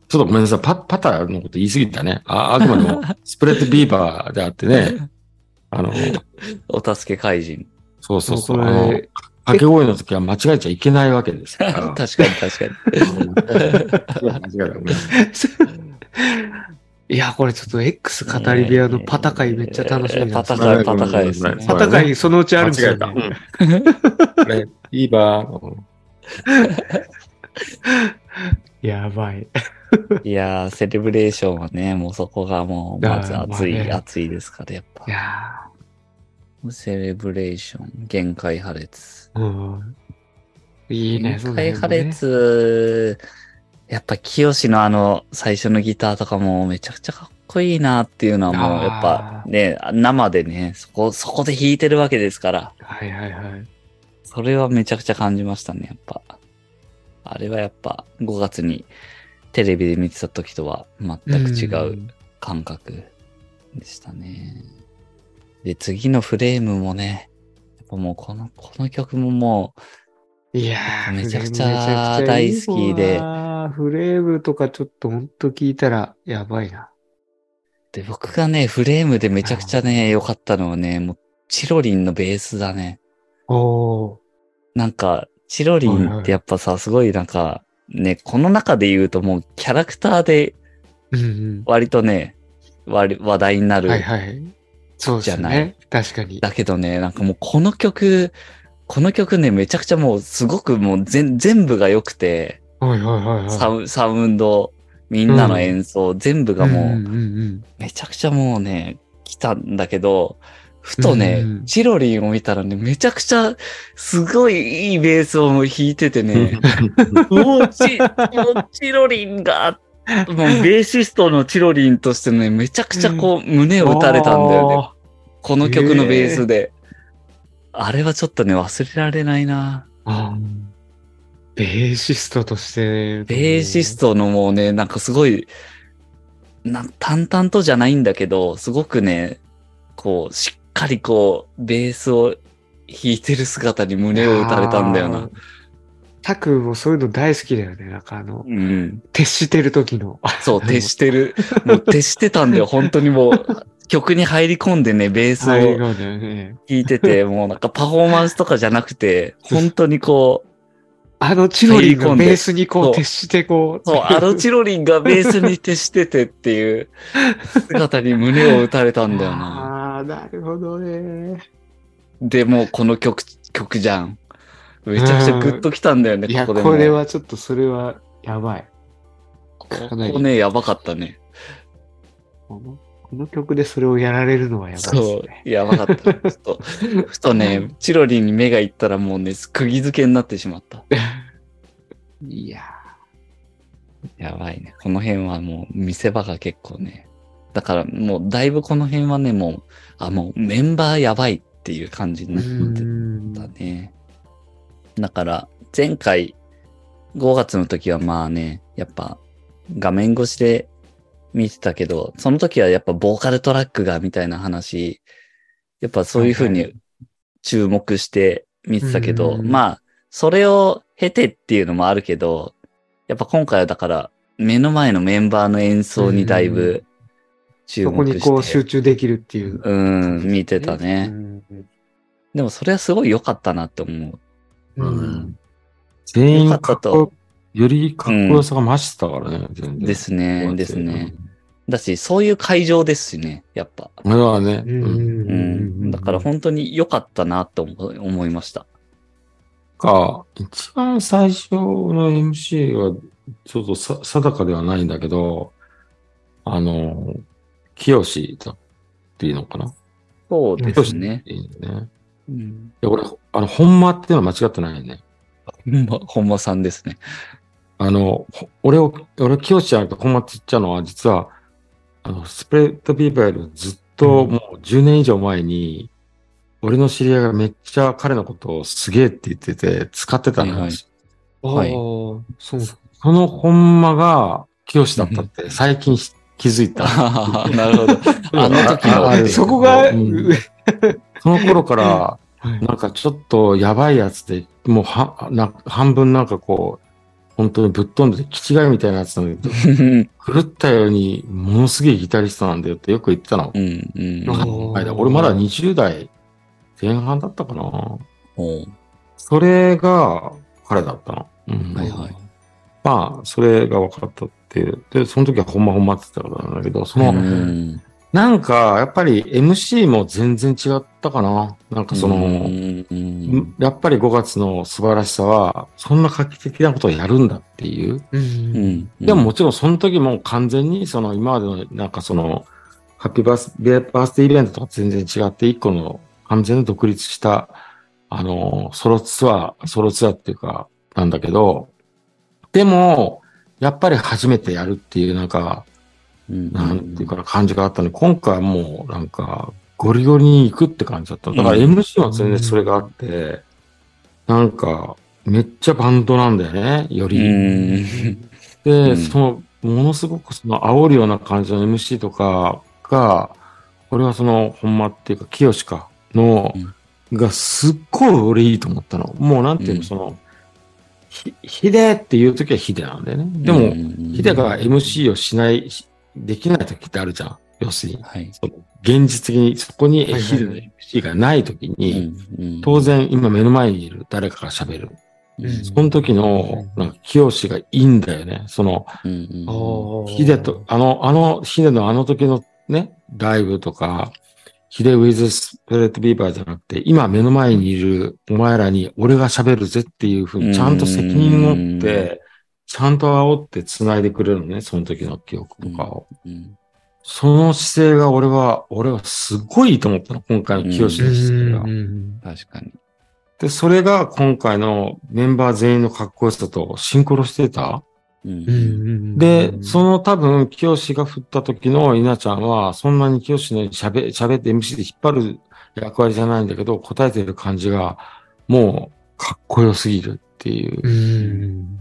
ちょっとごめんなさい、パパターのこと言い過ぎたね。ああくまでも、スプレッドビーバーであってね、あの、
お助け怪人。
そうそうそう。
も
あ
うこれ
の、掛け声の時は間違えちゃいけないわけですから。
確かに確かに。
いや間違えたごめん
いや、これちょっと X 語り部屋のパタカイめっちゃ楽しみなんです
パタ
よ
えー
カイ、パタカイですね。
パ
パタカイそのうちあるんですよ、
間違
ね。
えた。うんこれ、いいばー。
やばい。
いやー、セレブレーションはね、もうそこがもう、
あー
まず熱い、
まあね
熱いですから、やっぱ
い。や
セレブレーション、限界破裂。
ーうん。いいね、
限界破
そ
裂、やっぱ、清のあの、最初のギターとかもめちゃくちゃかっこいいなっていうのはもう、
あー
やっぱね、生でね、そこ、そこで弾いてるわけですから、
うだね。はいはいはい。
それはめちゃくちゃ感じましたね、やっぱ。あれはやっぱ、5月にテレビで見てた時とは全く違う。
ん。
感覚でしたね。で、次のフレームもね、やっぱもうこの、この曲もも
いやー
めちゃくちゃ大好きで。
フレームとかちょっとほんと聞いたらやばいな。
う、で、僕がね、フレームでめちゃくちゃね、良かったのはね、もう、チロリンのベースだね。
おー。
なんか、チロリンってやっぱさ、すごいなんか、ね、この中で言うともうキャラクターで
うんうん。
割とね、割話題になる。
はいはい。そうです
じゃな
ね。確かに。
だけどね、なんかもうこの曲、この曲ね、めちゃくちゃもうすごくもう全全部が良くて、
はいはいはいはい。
サウサウンド、みんなの演奏、全部が
う
も
ん
う、
うんうん
めちゃくちゃもうね、来たんだけど、ふとね、
うん
チロリンを見たらね、めちゃくちゃ、すごいいいベースを弾いててね、 もうチ、もうチロリンが、もうベーシストのチロリンとしてね、めちゃくちゃこう、胸を打たれたんだよね。
ね。
この曲のベースで。あれはちょっとね、忘れられないな。
あーベーシストとして。
ベーシストのもうね、なんかすごい、な淡々とじゃないんだけど、すごくね、こう、しっかりこう、ベースを弾いてる姿に胸を打たれたんだよ
あ
な
ー。。タクもそういうの大好きだよね。なんかあの、
うん。
徹してる時の。
そう、徹してる。もう徹してたんだよ、本当にもう。曲に入り込んでね、ベース
最
を
後だよね。
弾いてて、もうなんかパフォーマンスとかじゃなくて、本当にこう、
あのチロリンが
入り込んで
ベースにこ
そうう
徹してこう。
そう、アロチロリンがベースに徹しててっていう姿に胸を打たれたんだよ な。
ああー、なるほどね。
でもうこの曲、曲じゃん。めちゃくちゃグッときたんだよね、
いや、
ここでも。
これはちょっとそれはやばい。かなり
ここね、やばかったね。
このこの曲でそれをやられるのはやばいです
そ
ね。
う、やばかった。ちょっ と、ふとね、チロリンに目がいったらもうね、釘付けになってしまった。
いや
やばいね。この辺はもう見せ場が結構ね。だからもうだいぶこの辺はね、もう、あ、もうメンバーやばいっていう感じに
ー。う
なって
ん
だね。だから、前回、5月の時はまあね、やっぱ、画面越しで見てたけど、その時はやっぱボーカルトラックがみたいな話、やっぱそういう風
は
に注目して見てたけど、
うんうん
まあ、それを経てっていうのもあるけど、やっぱ今回はだから、目の前のメンバーの演奏にだいぶ注
そこ
目して、
にこう集中できるっていう。
うん、見てたね。でもそれはすごい良かったなって思う。
うん。
う
うん
ん
よ
全員
か
か
っ
った
と
こ、よりかっこよさが増してたからね、全然。
ですね、
うん
ですね。。だし、そういう会場ですしね、やっぱ。
うんあれはね、
うん
う
うん
うん
ん。だから本当に良かったなと思思いました。
か、一番最初の MC は、ちょっとさ定かではないんだけど、あの、清だっていうのかな
そうですね。
いいね。
うん。
で俺、あの、本間っていうのは間違ってないよね。
本間、本間さんですね。
あの、ほ俺を、俺、清じゃなくて本間って言っちゃうのは、実は、あの、スプレッドビーバーよりもずっともう10年以上前に、俺の知り合いがめっちゃ彼のことをすげえって言ってて、使ってたのよ。
はいはい
はい。そうだ
その本間が清だったって最近し気づいた。
ああ、なるほど。 あの時
ああ
の。
る
そこが、
う
うんん
その頃から、
はい
なんかちょっとやばいやつで、もうは、な半分なんかこう、本当にぶっ飛んでて、気違いみたいなやつなんだけど、
うん
狂ったように、ものすげえギタリストなんだよってよく言ってたの。
うん
あ
はいだ俺まだ20代前半だったかな。
おう
それが彼だったの。うん
はいはい。
まあ、それが分かったっていう。で、その時はほんまほんまって言ってたからなんだけど、その、
うん
なんか、やっぱり MC も全然違ったかな。なんかその、
うんうん
やっぱり5月の素晴らしさは、そんな画期的なことをやるんだっていう。
う
う。
んん
でももちろんその時も完全に、その今までのなんかその、ハッピーバースデーバースデーイベントとか全然違って、一個の完全に独立した、あの、ソロツアー、ソロツアーっていうか、なんだけど、でも、やっぱり初めてやるっていう、なんか、
うん
なんていうかな感じがあったので、今回はもうなんか、ゴリゴリに行くって感じだったの。だから
うん
MC は全然それがあって、なんか、めっちゃバンドなんだよね、よ
う
り。
ん
で、
うん
その、ものすごくその煽るような感じの MC とかが、これはその、ほんまっていうか、清かの、がすっごい俺いいと思ったの。もうなんていうの、
うん
その、ひ、ひでっていう時はひでなんだよね。でも、
うん
ヒデが MC をしない、しできない時ってあるじゃん。要するに、
はい
その現実的にそこに
はいはい
ヒデの MC がない時
う
に、
んうん
当然今目の前にいる誰かが喋る。
うん
その時の、なんか、清がいいんだよね。その、
うん
あー
ヒデと、、あの、あの、ヒデのあの時のね、ライブとか、ヒデウィズ・スプレッド・ビーバーじゃなくて、今目の前にいるお前らに俺が喋るぜっていうふうに、ちゃんと責任持っ
う
て、ちゃんと煽って繋いでくれるのね、その時の記憶とかを。
うん
その姿勢が俺は、俺はすごいいいと思ったの、今回の清の
う
姿勢が。
ん。
確かに。
で、それが今回のメンバー全員のかっこよさとシンクロしてた
うん
うん
で、その多分、清が振った時の稲ちゃんは、そんなに清のように喋、喋って MC で引っ張る役割じゃないんだけど、答えてる感じが、もう、かっこよすぎるっていう。
うん。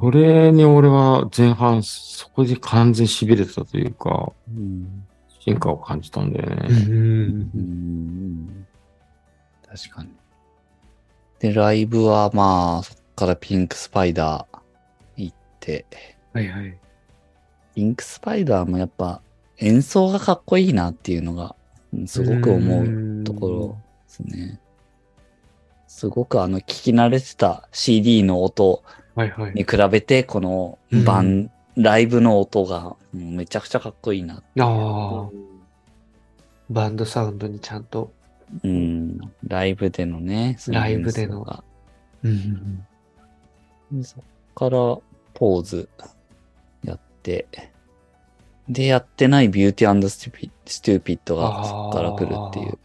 それに俺は前半、そこで完全に痺れてたというか、
うん
進化を感じたんだよ
う
ね。
ん
う。ん確かに。で、ライブはまあ、そっからピンクスパイダー行って、
はいはい。
ピンクスパイダーもやっぱ演奏がかっこいいなっていうのが、うんすごく思う
う
ところ。ですね。すごくあの、聞き慣れてた CD の音
はいはい。
に比べて、この
うん
バン、ライブの音がもうめちゃくちゃかっこいいな。
ああ。バンドサウンドにちゃんと。
うん。ライブでのね、そ
ライブでの
演奏が
うん。
そっからポーズやって、で、やってないビューティーステュピステューピッドがそっから来るっていう。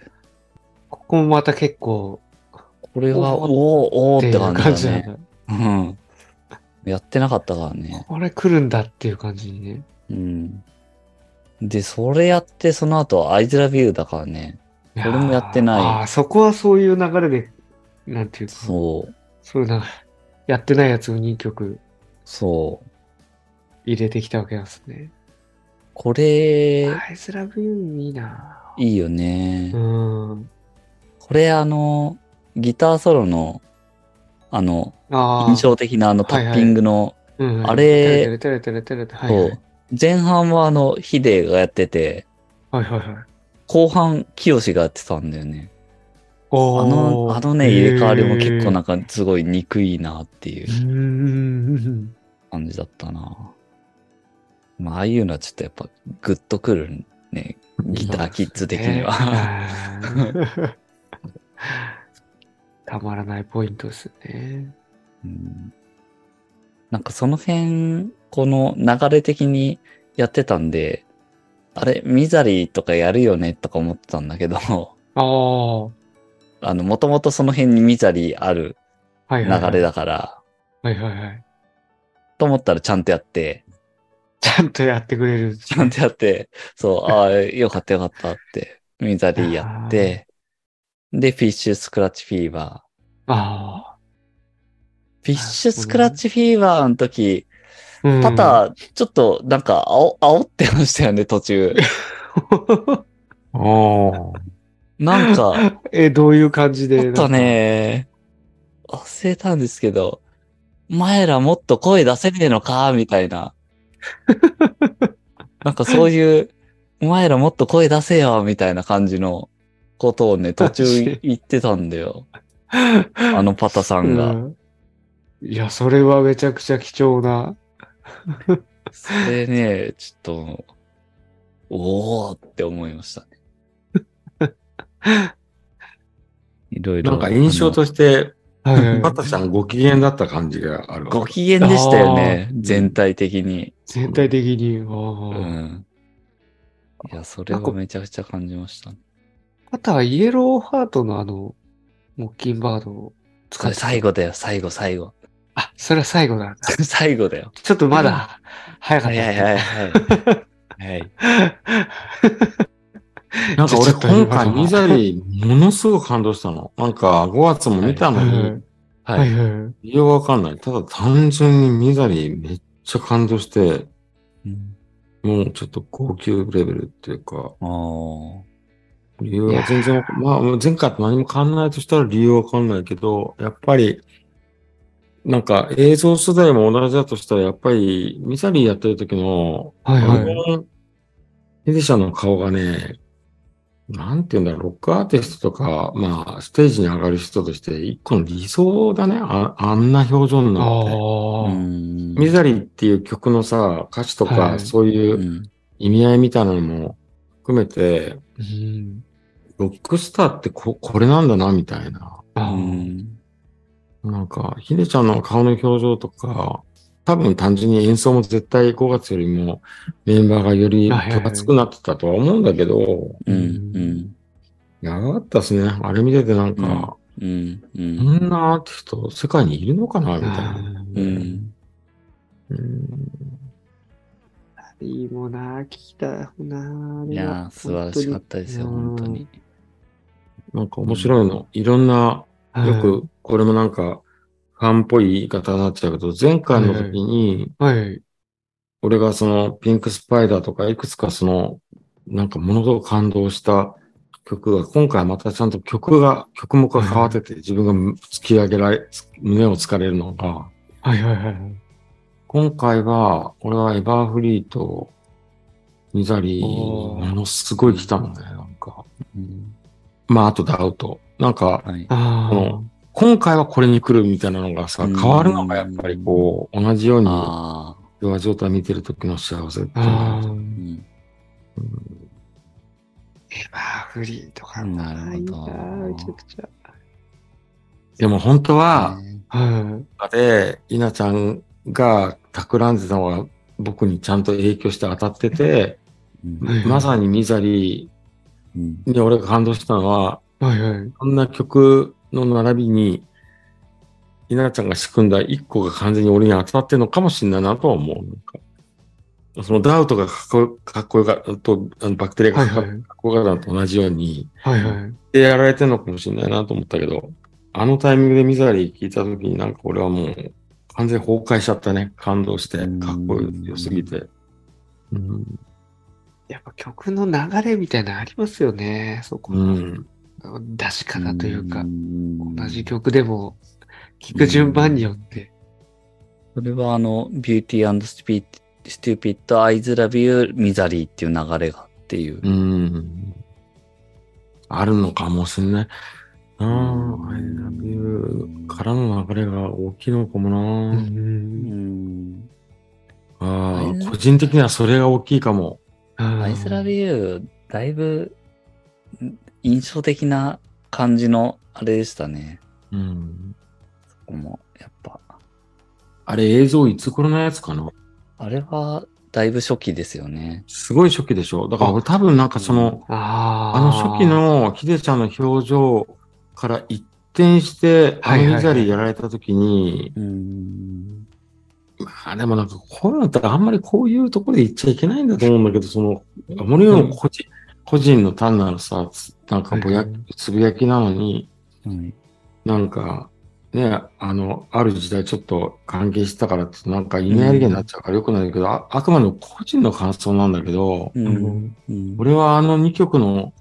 ここもまた結構、
これは、お
おー
おおーって
いう
感
感
じ
じ
だ
なん
ね。
だ。
うん。やってなかったからね。
これ来るんだっていう感じにね。
うん。で、それやって、その後、アイズラビューだからね。
こ
れもやってない
ああ、そこはそういう流れで、なんていうか、そう
そう、
いうな、やってないやつを2曲
そう。
入れてきたわけなんですね。
これ、
アイスラブユーいいない
いよね
う。ん。
これ、あの、ギターソロの、あの、
ああ。
印象的なあのタ
はいはい
ッピングの、
うん
あれ
テレテレテレテレテレはい
そ
は
う
い。
前半はあの、ヒデがやってて、
はいはいはい。
後半、清がやってたんだよね。あ
あ
の、あのね、入れ替わりも結構なんか、すごい憎いなっていう
うーん。
感じだったな。まあ、ああいうのはちょっとやっぱ、グッとくるね。ギターキッズ的には。
ね。 たまらないポイントですね。
うんなんかその辺、この流れ的にやってたんで、あれ、ミザリーとかやるよねとか思ってたんだけど、
ああ。は
あの、もともとその辺にミザリーある
い
流
はい。
れ。だから、
はいはいはい。
と思ったらちゃんとやって、
ちゃんとやってくれる。
ちゃんとやって、そう、ああ、よかったよかったって、ミザリーやって、で、フィッシュスクラッチフィーバ
あ
ー。フィッシュスクラッチフィーバーの時、
あ。うん
パ ター、ちょっとなんか、あお、煽ってましたよね、途中。
ああ。
なんか、
え、どういう感じ
ちょ
で
っと。ね、忘れたんですけど、前らもっと声出せねえのか、みたい な。なんかそういう、お前らもっと声出せよ、みたいな感じのことをね、途中言ってたんだ よ。あのパタさん
う
が。
んいや、それはめちゃくちゃ貴重な。
それね、ちょっと、おーって思いましたね。 いろいろ。
なんか印象として、
はいはい
パタちゃんご機嫌だった感じがあるわ。
ご機嫌でしたよね、
あー
全体的に。
全体的に。あ
う
ー
ん。いや、それはめちゃくちゃ感じましたね。
あとはイエローハートのあの、モッキンバードを
こ
使っ
れ
て。
最後だよ、最後、最後。
あ、それは最後だ。
最後だよ。
ちょっとまだ、早かっ
は
た。
いはいはいはい。はい。
なんか俺
ちょっと言い
今
ます
回ミザリーものすごく感動したの。なんか5月も見たの
はい
に、
は
はい
い。
はいはい。
理由はわかんない。ただ単純にミザリーめっちゃ感動して、
うん
もうちょっと高級レベルっていうか、
あー
理由は全然わか、まあ前回と何も変わんないとしたら理由はわかんないけど、やっぱり、なんか映像素材も同じだとしたら、やっぱりミザリーやってる時の、
はい
あ
はい。
の、エデシャの顔がね、なんて言うんだろう、ロックアーティストとか、まあ、ステージに上がる人として、一個の理想だね。ああんな表情に
あ
なって。
う
ー
ん
ミザリーっていう曲のさ、歌詞とか、
はい
そういううん意味合いみたいなのも含めて、
うん
ロックスターってここれなんだな、みたいな。
う
あー
ん
なんか、ヒデちゃんの顔の表情とか、多分単純に演奏も絶対5月よりもメンバーがより
はいはいはい
分厚くなってたとは思うんだけど、
うんうん
長かったですね。あれ見ててなんか、
うんう
こ
ん
んなアーティスト世界にいるのかなみたいな。
あ
う
ー
ん
うん
いいもんな、聞きたいもんな。
いやー素晴らしかったですよ、本当に。
なんか面白いの。いろんな、
た
よ。く、これもなんか、ファンっぽい言い方になっちゃうけど、前回の時に、
はい。
俺がそのピンクスパイダーとかいくつかその、なんかものすごく感動した曲が、今回またちゃんと曲が、曲目が変わってて、自分が突き上げられ、胸をつかれるのが、
はいはいはい。
今回は、俺はエバーフリーとミザリーに
おー
ものすごい来たのね、なんか。
うん
まあ、あとダウト。なんか、
はい。
あ
この今回はこれに来るみたいなのがさ、
うん
変わるのがやっぱりこう、同じように、
ああ。
弱状態見てる時の幸せっていうの
あ
は。
ー。
うん
エバーフリーとかも
なるほど
いいなめちゃくちゃ。
でも本当は、
ね
は
で、稲ちゃんが企んでたのが僕にちゃんと影響して当たってて、
うん
はい
まさにミザリ
うん
ーに俺が感動したのは、
い。はいはい。
こんな曲の並びに、稲ちゃんが仕組んだ一個が完全に俺に当たってるのかもしれないなとは思う。なんかそのダウトがかっこよかっこよかったと、あのバクテリア
は
が
い
か
は
っ
い。
こよかったのと同じように、
はいはい。
でやられてるのかもしれないなと思ったけど、あのタイミングでミザリー聞いた時になんか俺はもう完全に崩壊しちゃったね。感動して、かっこよすぎて。うん。
やっぱ曲の流れみたいなのありますよね。そこ
う。ん。
出し方というか、
ん
同じ曲でも、聴く順番によって。
それはあの、ビューティースピステューピッド・アイズ・ラビュー・ミザリーっていう流れがっていう。
うん。あるのかもしれない。あ
うん
あ、アイラブユーからの流れが大きいのかも
う
な。
ん。
あ
アイズ
あ、個人的にはそれが大きいかも。
ア
ア
イズ・ラビュー、だいぶん印象的な感じのあれでしたね。
うん。
そこも、やっぱ。
あれ映像いつ頃のやつかな
あれは、だいぶ初期ですよね。
すごい初期でしょだから俺多分なんかその、
あ
あの初期のヒデちゃんの表情から一転して、あ
は
の
いはいはい
ミザリーやられた時に、
うん。
まあでもなんかこういうのってあんまりこういうところで言っちゃいけないんだと思うんだけど、その、俺の個人、個人の単なるさ、つなんかぼや
はいはい、
つぶやきなのに、
はい。
なんか、ね、あの、ある時代ちょっと関係してたからって、なんか意味ありげになっちゃうからよくないけど、ああくまでも個人の感想なんだけど、
う。
うんん
うん
俺はあの2曲の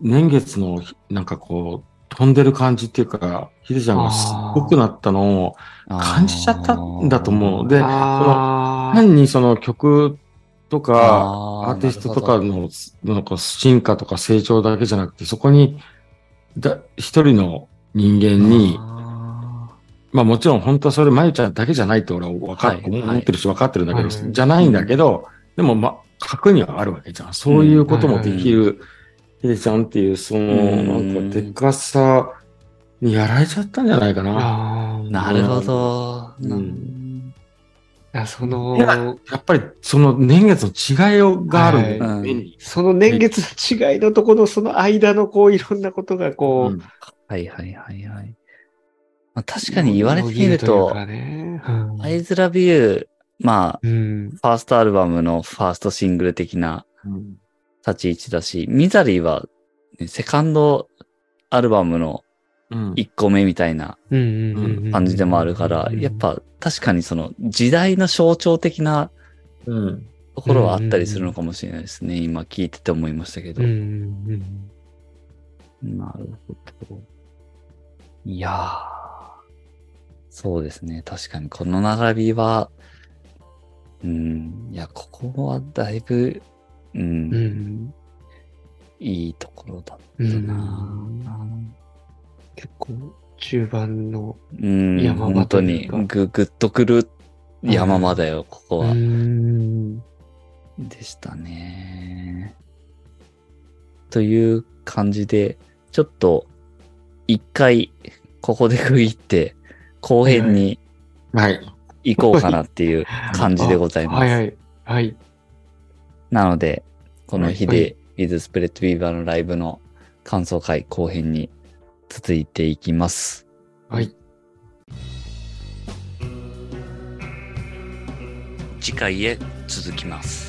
年月のひなんかこう、飛んでる感じっていうか、ヒデちゃんがすっごくなったのを感じちゃったんだと思う。
で、
で、
あー
単にその曲とか、ア
ア
ーティストとかの、なんか進化とか成長だけじゃなくて、そこに、だ、一人の人間に、
あ
まあもちろん本当はそれ、まゆちゃんだけじゃないって俺は分か
は
っ
い
て、思ってるし分かってるんだけど、
はい
じゃないんだけど、でもまあ、核にはあるわけじゃん。そういうこともできる、ヒデちゃんっていう、その、
うん
なんか、でかさにやられちゃったんじゃないかな。
あー
ーなるほど。
うん
なん
いや、そ
いや
の、
やっぱり、その年月の違いをがあるんだよ
はい
目に。
その年月の違いのところのその間のこういろんなことがこ
う
う、
ん
はいはいはいはい。まあ、確かに言われてみると、
よぎると
ア
いうかね
イズラビュー、まあ、
うん。
ファーストアルバムのファーストシングル的な
うん
立ち位置だし、ミザリーはね、セカンドアルバムの
うん
1個目みたいな
うんうんうんうん
感じでもあるから、やっ、ぱ確かにその時代の象徴的な
うん
ところはあったりするのかもしれないですね。今聞いてて思いましたけど。
うんうんうん
なるほど。いやー、そうですね。確かにこの並びは、うん、いや、ここはだいぶ、うん、
うん
いいところだった
うん
な
結構中盤の
うん、
山場
本
と
当
い
に
うか
ぐ、ぐっとくる山場だよ、ここは
う。ん
でしたね。という感じで、ちょっと、一回、ここで区切って、後編に
はい。
行こうかなっていう感じでございます。
はいはい。はい。
なので、この
はい
日で、with スプレッドビーバーのライブの感想会後編に続いていきます。
はい。
次回へ続きます。